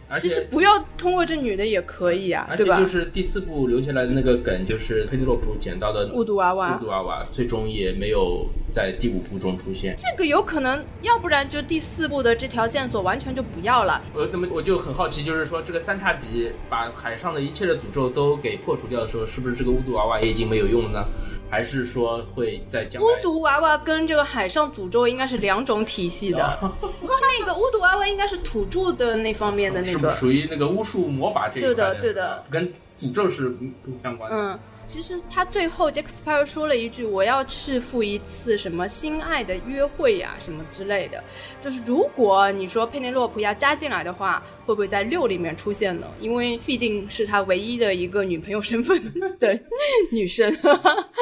而
其实
且
不要通过这女的也可以啊，
而且
对吧？
就是第四部留下来的那个梗，就是佩内洛普捡到的
巫毒娃娃
乌杜娃娃，最终也没有在第五部中出现。
这个有可能，要不然就第四部的这条线索完全就不要了。
我呃那么我就很好奇，就是说这个三叉戟把海上的一切的诅咒都给破除掉的时候，是不是这个巫毒娃娃也已经没有用了呢？还是说会在将来
巫毒娃娃跟这个海上诅咒应该是两种体系的。那个巫毒娃娃应该是土著的那方面的那
哦是不
个
是，属于那个巫术魔法这一块
对的对的，
跟诅咒是不不相关的。
嗯。其实他最后 j a c k s p a r 说了一句：“我要去赴一次什么心爱的约会呀、什么之类的。”就是如果你说佩内洛普要加进来的话，会不会在六里面出现呢？因为毕竟是他唯一的一个女朋友身份 的女生。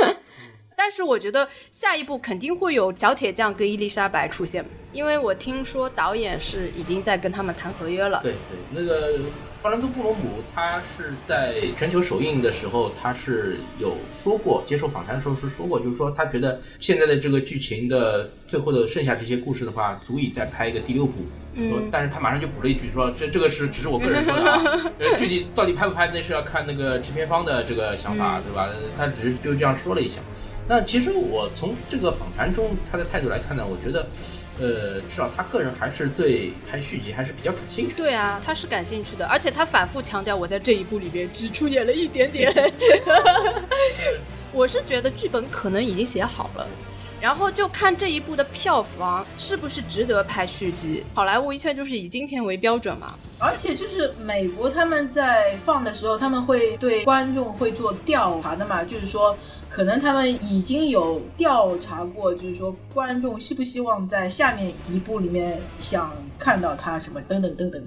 但是我觉得下一步肯定会有小铁匠跟伊丽莎白出现，因为我听说导演是已经在跟他们谈合约了。
对对，那个巴兰多布罗姆他是在全球首映的时候，他是有说过，接受访谈的时候是说过，就是说他觉得现在的这个剧情的最后的剩下这些故事的话，足以再拍一个第六部。嗯，但是他马上就补了一句说，这这个是只是我个人说的啊，呃具体到底拍不拍那是要看那个制片方的这个想法，对吧？他只是就这样说了一下。那其实我从这个访谈中他的态度来看呢，我觉得，呃，至少他个人还是对拍续集还是比较感兴趣的。
对啊，他是感兴趣的，而且他反复强调我在这一部里边只出演了一点点。 我是觉得剧本可能已经写好了。然后就看这一部的票房是不是值得拍续集。好莱坞一切就是以今天为标准嘛。
而且就是美国他们在放的时候，他们会对观众会做调查的嘛，就是说可能他们已经有调查过，就是说观众希不希望在下面一部里面想看到他什么等等等等。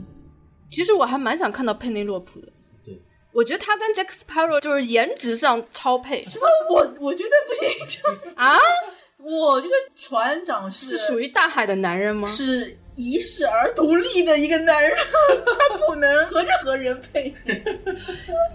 其实我还蛮想看到佩内洛普的。
对，
我觉得他跟 Jack Sparrow 就是颜值上超配
什么？我我觉得不行，
啊，
我觉得船长
是
是
属
于
于大海的男人吗？
是遗世而独立的一个男人，他不能和任何人配。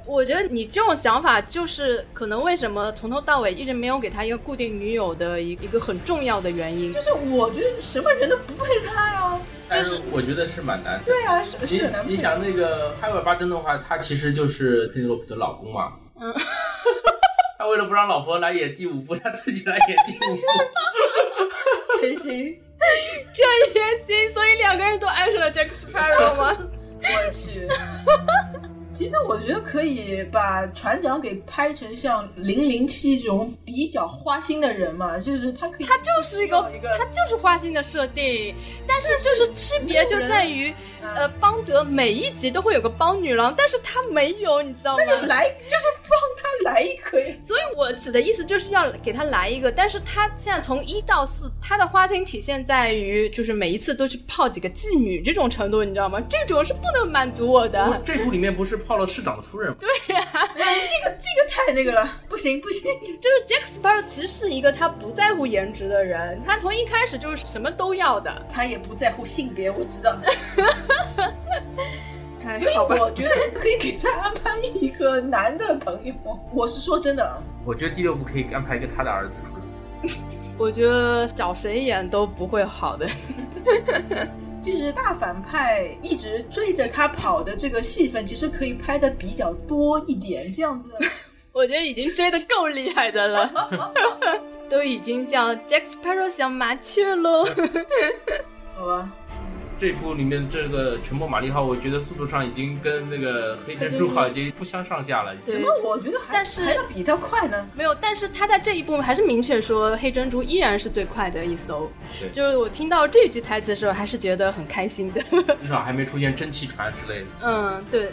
我觉得你这种想法就是可能为什么从头到尾一直没有给他一个固定女友的一一个很重要的原因
就。是我觉得什么人都不配他呀，
但是我觉得是蛮难的。
对呀、是是很难
你
配
你。想那个哈维尔巴登的话，他其实就是佩内洛普的老公嘛。嗯。他为了不让老婆来演第五部，他自己来演第五部。
真心。
这也行，所以两个人都爱上了 Jack Sparrow 吗？
我去。 其实我觉得可以把船长给拍成像零零七这种比较花心的人嘛，就是他可以，
他就是一个
一个，
他就是花心的设定，但是就是区别就在于，
嗯
呃，邦德每一集都会有个邦女郎，但是他没有，你知道吗？
来就是帮他来一个呀。
所以我指的意思就是要给他来一个，但是他现在从一到四，他的花心体现在于就是每一次都去泡几个妓女这种程度，你知道吗？这种是不能满足我
我
的。
这部里面不是泡了市长的夫人吗？对，
哎这个这个太那个了，不行不行，
就是 Jack Sparrow 其实是一个他不在乎颜值的人，他从一开始就是什么都要的。
他也不在乎性别，我知道。
哎
所以
好吧
我觉得可以给他安排一个男的朋友。我是说真的，啊
我觉得第六部可以安排一个他的儿子出来。
我觉得找谁演都不会好的。
就是大反派一直追着他跑的这个戏份，其实可以拍的比较多一点，这样 子。
我觉得已经追得够厉害的 了，都已经叫 Jack Sparrow 想麻雀喽。
好吧，
这部里面这个全bộ马力号，我觉得速度上已经跟那个黑珍珠号已经不相上下了。
对
怎么我觉得还
但是
还要比它快呢？
没有，但是他在这一部还是明确说黑珍珠依然是最快的一艘
对。
就是我听到这句台词的时候，还是觉得很开心的。
至少还没出现蒸汽船之类的。
嗯，对，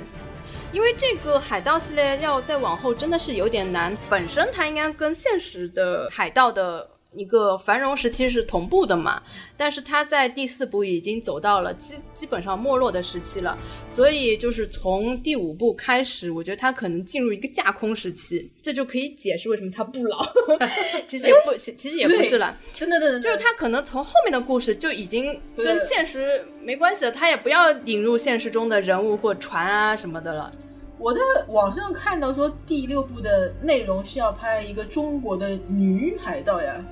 因为这个海盗系列要再往后真的是有点难，本身它应该跟现实的海盗的。一个繁荣时期是同步的嘛，但是它在第四部已经走到了基基本上没落的时期了，所以就是从第五部开始，我觉得它可能进入一个架空时期，这就可以解释为什么它不老。 其实也不，其其实也不是了，
等等等等，
就是
等
他可能从后面的故事就已经
对
跟现实没关系了，他也不要引入现实中的人物或船啊什么的了。
我在网上看到说第六部的内容是要拍一个中国的女海盗呀，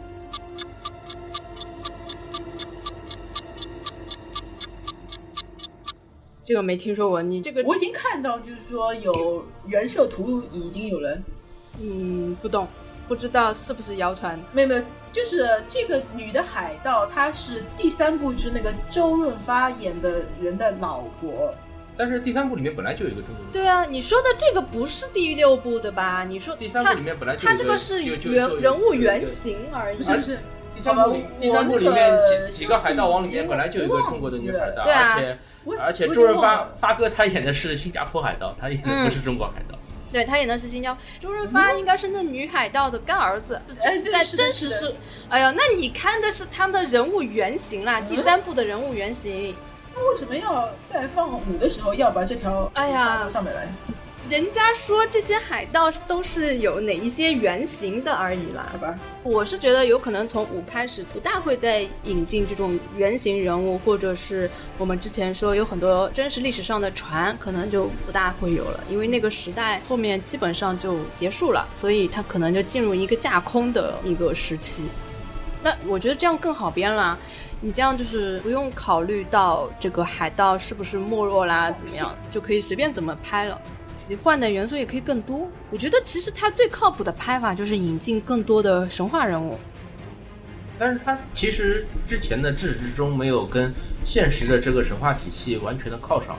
这个没听说过，你这个
我已经看到就是说有人设图已经有了，
嗯不懂，不知道是不是谣传。
没有没有，就是这个女的海盗，她是第三部是那个周润发演的人的老婆，
但是第三部里面本来就有一个中国，
对啊，你说的这个不是第六部的吧？你说
第三部
他
里面本来就有
他
一
这
个
是
就就
原
就有
人物
有一个
原型而已，
不是不是，
第三部里
好吧
第三部里
我那
面
个
几几个海盗王里面本来就有一个中国的女海盗，
对啊
而且
我
而且
我已
周
经
润
忘
发
了
发哥他演的是新加坡海盗，他演的
嗯
不是中国海盗。
对他演的是新疆周润发，应该是那女海盗的干儿子。
哎对
在
是的
真实
是的
是，哎呀，那你看的是他们的人物原型啦，
嗯
第三部的人物原型。
那为什么要在放虎的时候要把这条
哎呀
放上面来？
人家说这些海盗都是有哪一些原型的而已啦
好。吧，
我是觉得有可能从五开始不大会再引进这种原型人物，或者是我们之前说有很多真实历史上的船，可能就不大会有了，因为那个时代后面基本上就结束了，所以它可能就进入一个架空的一个时期。那我觉得这样更好编啦，你这样就是不用考虑到这个海盗是不是没落啦，怎么样，就可以随便怎么拍了。奇幻的元素也可以更多。我觉得其实它最靠谱的拍法就是引进更多的神话人物。
但是他其实之前的至始至终没有跟现实的这个神话体系完全的靠上，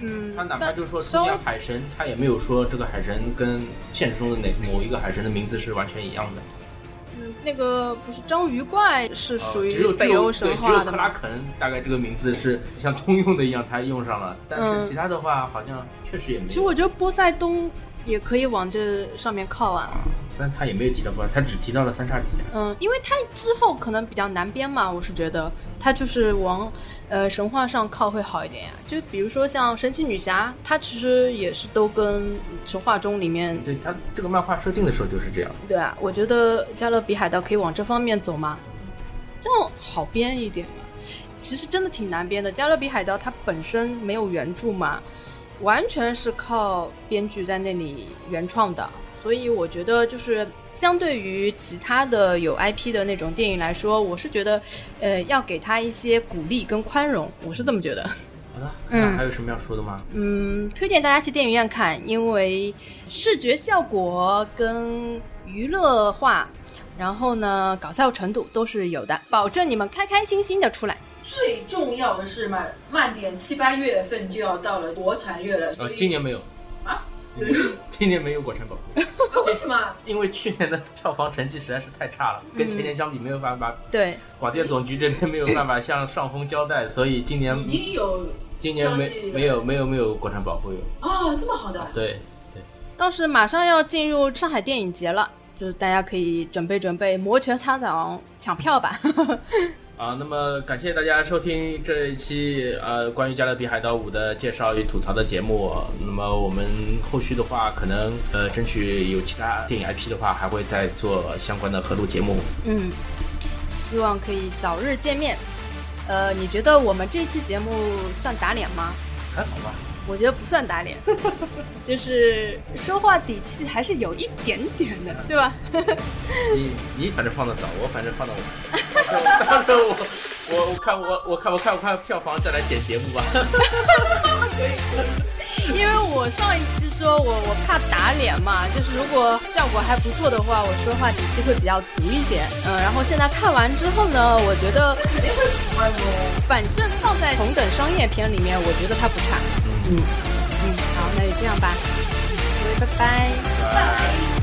嗯
他哪怕就是说出
稍微
现海神，他也没有说这个海神跟现实中的哪某一个海神的名字是完全一样的，
嗯那个不是章鱼怪是
呃
属
只有
于
只
北
有
欧
对
神
只有
话的
克拉
吗？
肯大概这个名字是像通用的一样，他用上了，但
嗯
是其他的话好像确实也没
其实
有，
我觉得波塞冬也可以往这上面靠啊。
但他也没有提到过，他只提到了三叉戟。
嗯，因为它之后可能比较难编嘛，我是觉得它就是往呃神话上靠会好一点呀、就比如说像神奇女侠，它其实也是都跟神话中里面
对他这个漫画设定的时候就是这样，
对啊，我觉得《加勒比海盗》可以往这方面走嘛，这样好编一点嘛。啊其实真的挺难编的，《加勒比海盗》它本身没有原著嘛，完全是靠编剧在那里原创的，所以我觉得就是相对于其他的有 IP 的那种电影来说，我是觉得，呃，要给他一些鼓励跟宽容，我是这么觉得。
好的，
嗯
那还有什么要说的吗？
嗯，推荐大家去电影院看，因为视觉效果跟娱乐化，然后呢，搞笑程度都是有的，保证你们开开心心的出来。
最重要的是嘛，慢点七八月份就要到了国产月了，所
呃，
以
今年没有，
啊，
今年没有国产保护，
啊为什么？
因为去年的票房成绩实在是太差了，
嗯
跟前年相比没有办法，
对，
广电总局这边没有办法向上峰交代，所以今年
已经有
今年
消息
没没
了
有没有没有国产保护有，
啊，这么好的，
对，
倒是马上要进入上海电影节了，就是大家可以准备准备摩拳擦掌抢票吧。
啊，那么感谢大家收听这一期呃关于《加勒比海盗五》的介绍与吐槽的节目。那么我们后续的话，可能呃争取有其他电影 IP 的话，还会再做相关的合录节目。
嗯，希望可以早日见面。呃，你觉得我们这期节目算打脸吗？
还哎好吧，
我觉得不算打脸，就是说话底气还是有一点点的，对吧？
你你反正放得早，我反正放得晚。到时候 我 我我看我我看我看我看票房再来剪节目吧。
因为我上一期说我我怕打脸嘛，就是如果效果还不错的话，我说话底气会比较足一点。嗯，然后现在看完之后呢，我觉得
肯定会喜欢的。
反正放在同等商业片里面，我觉得它不差。嗯嗯，好，那就这样吧，各位拜拜。
拜拜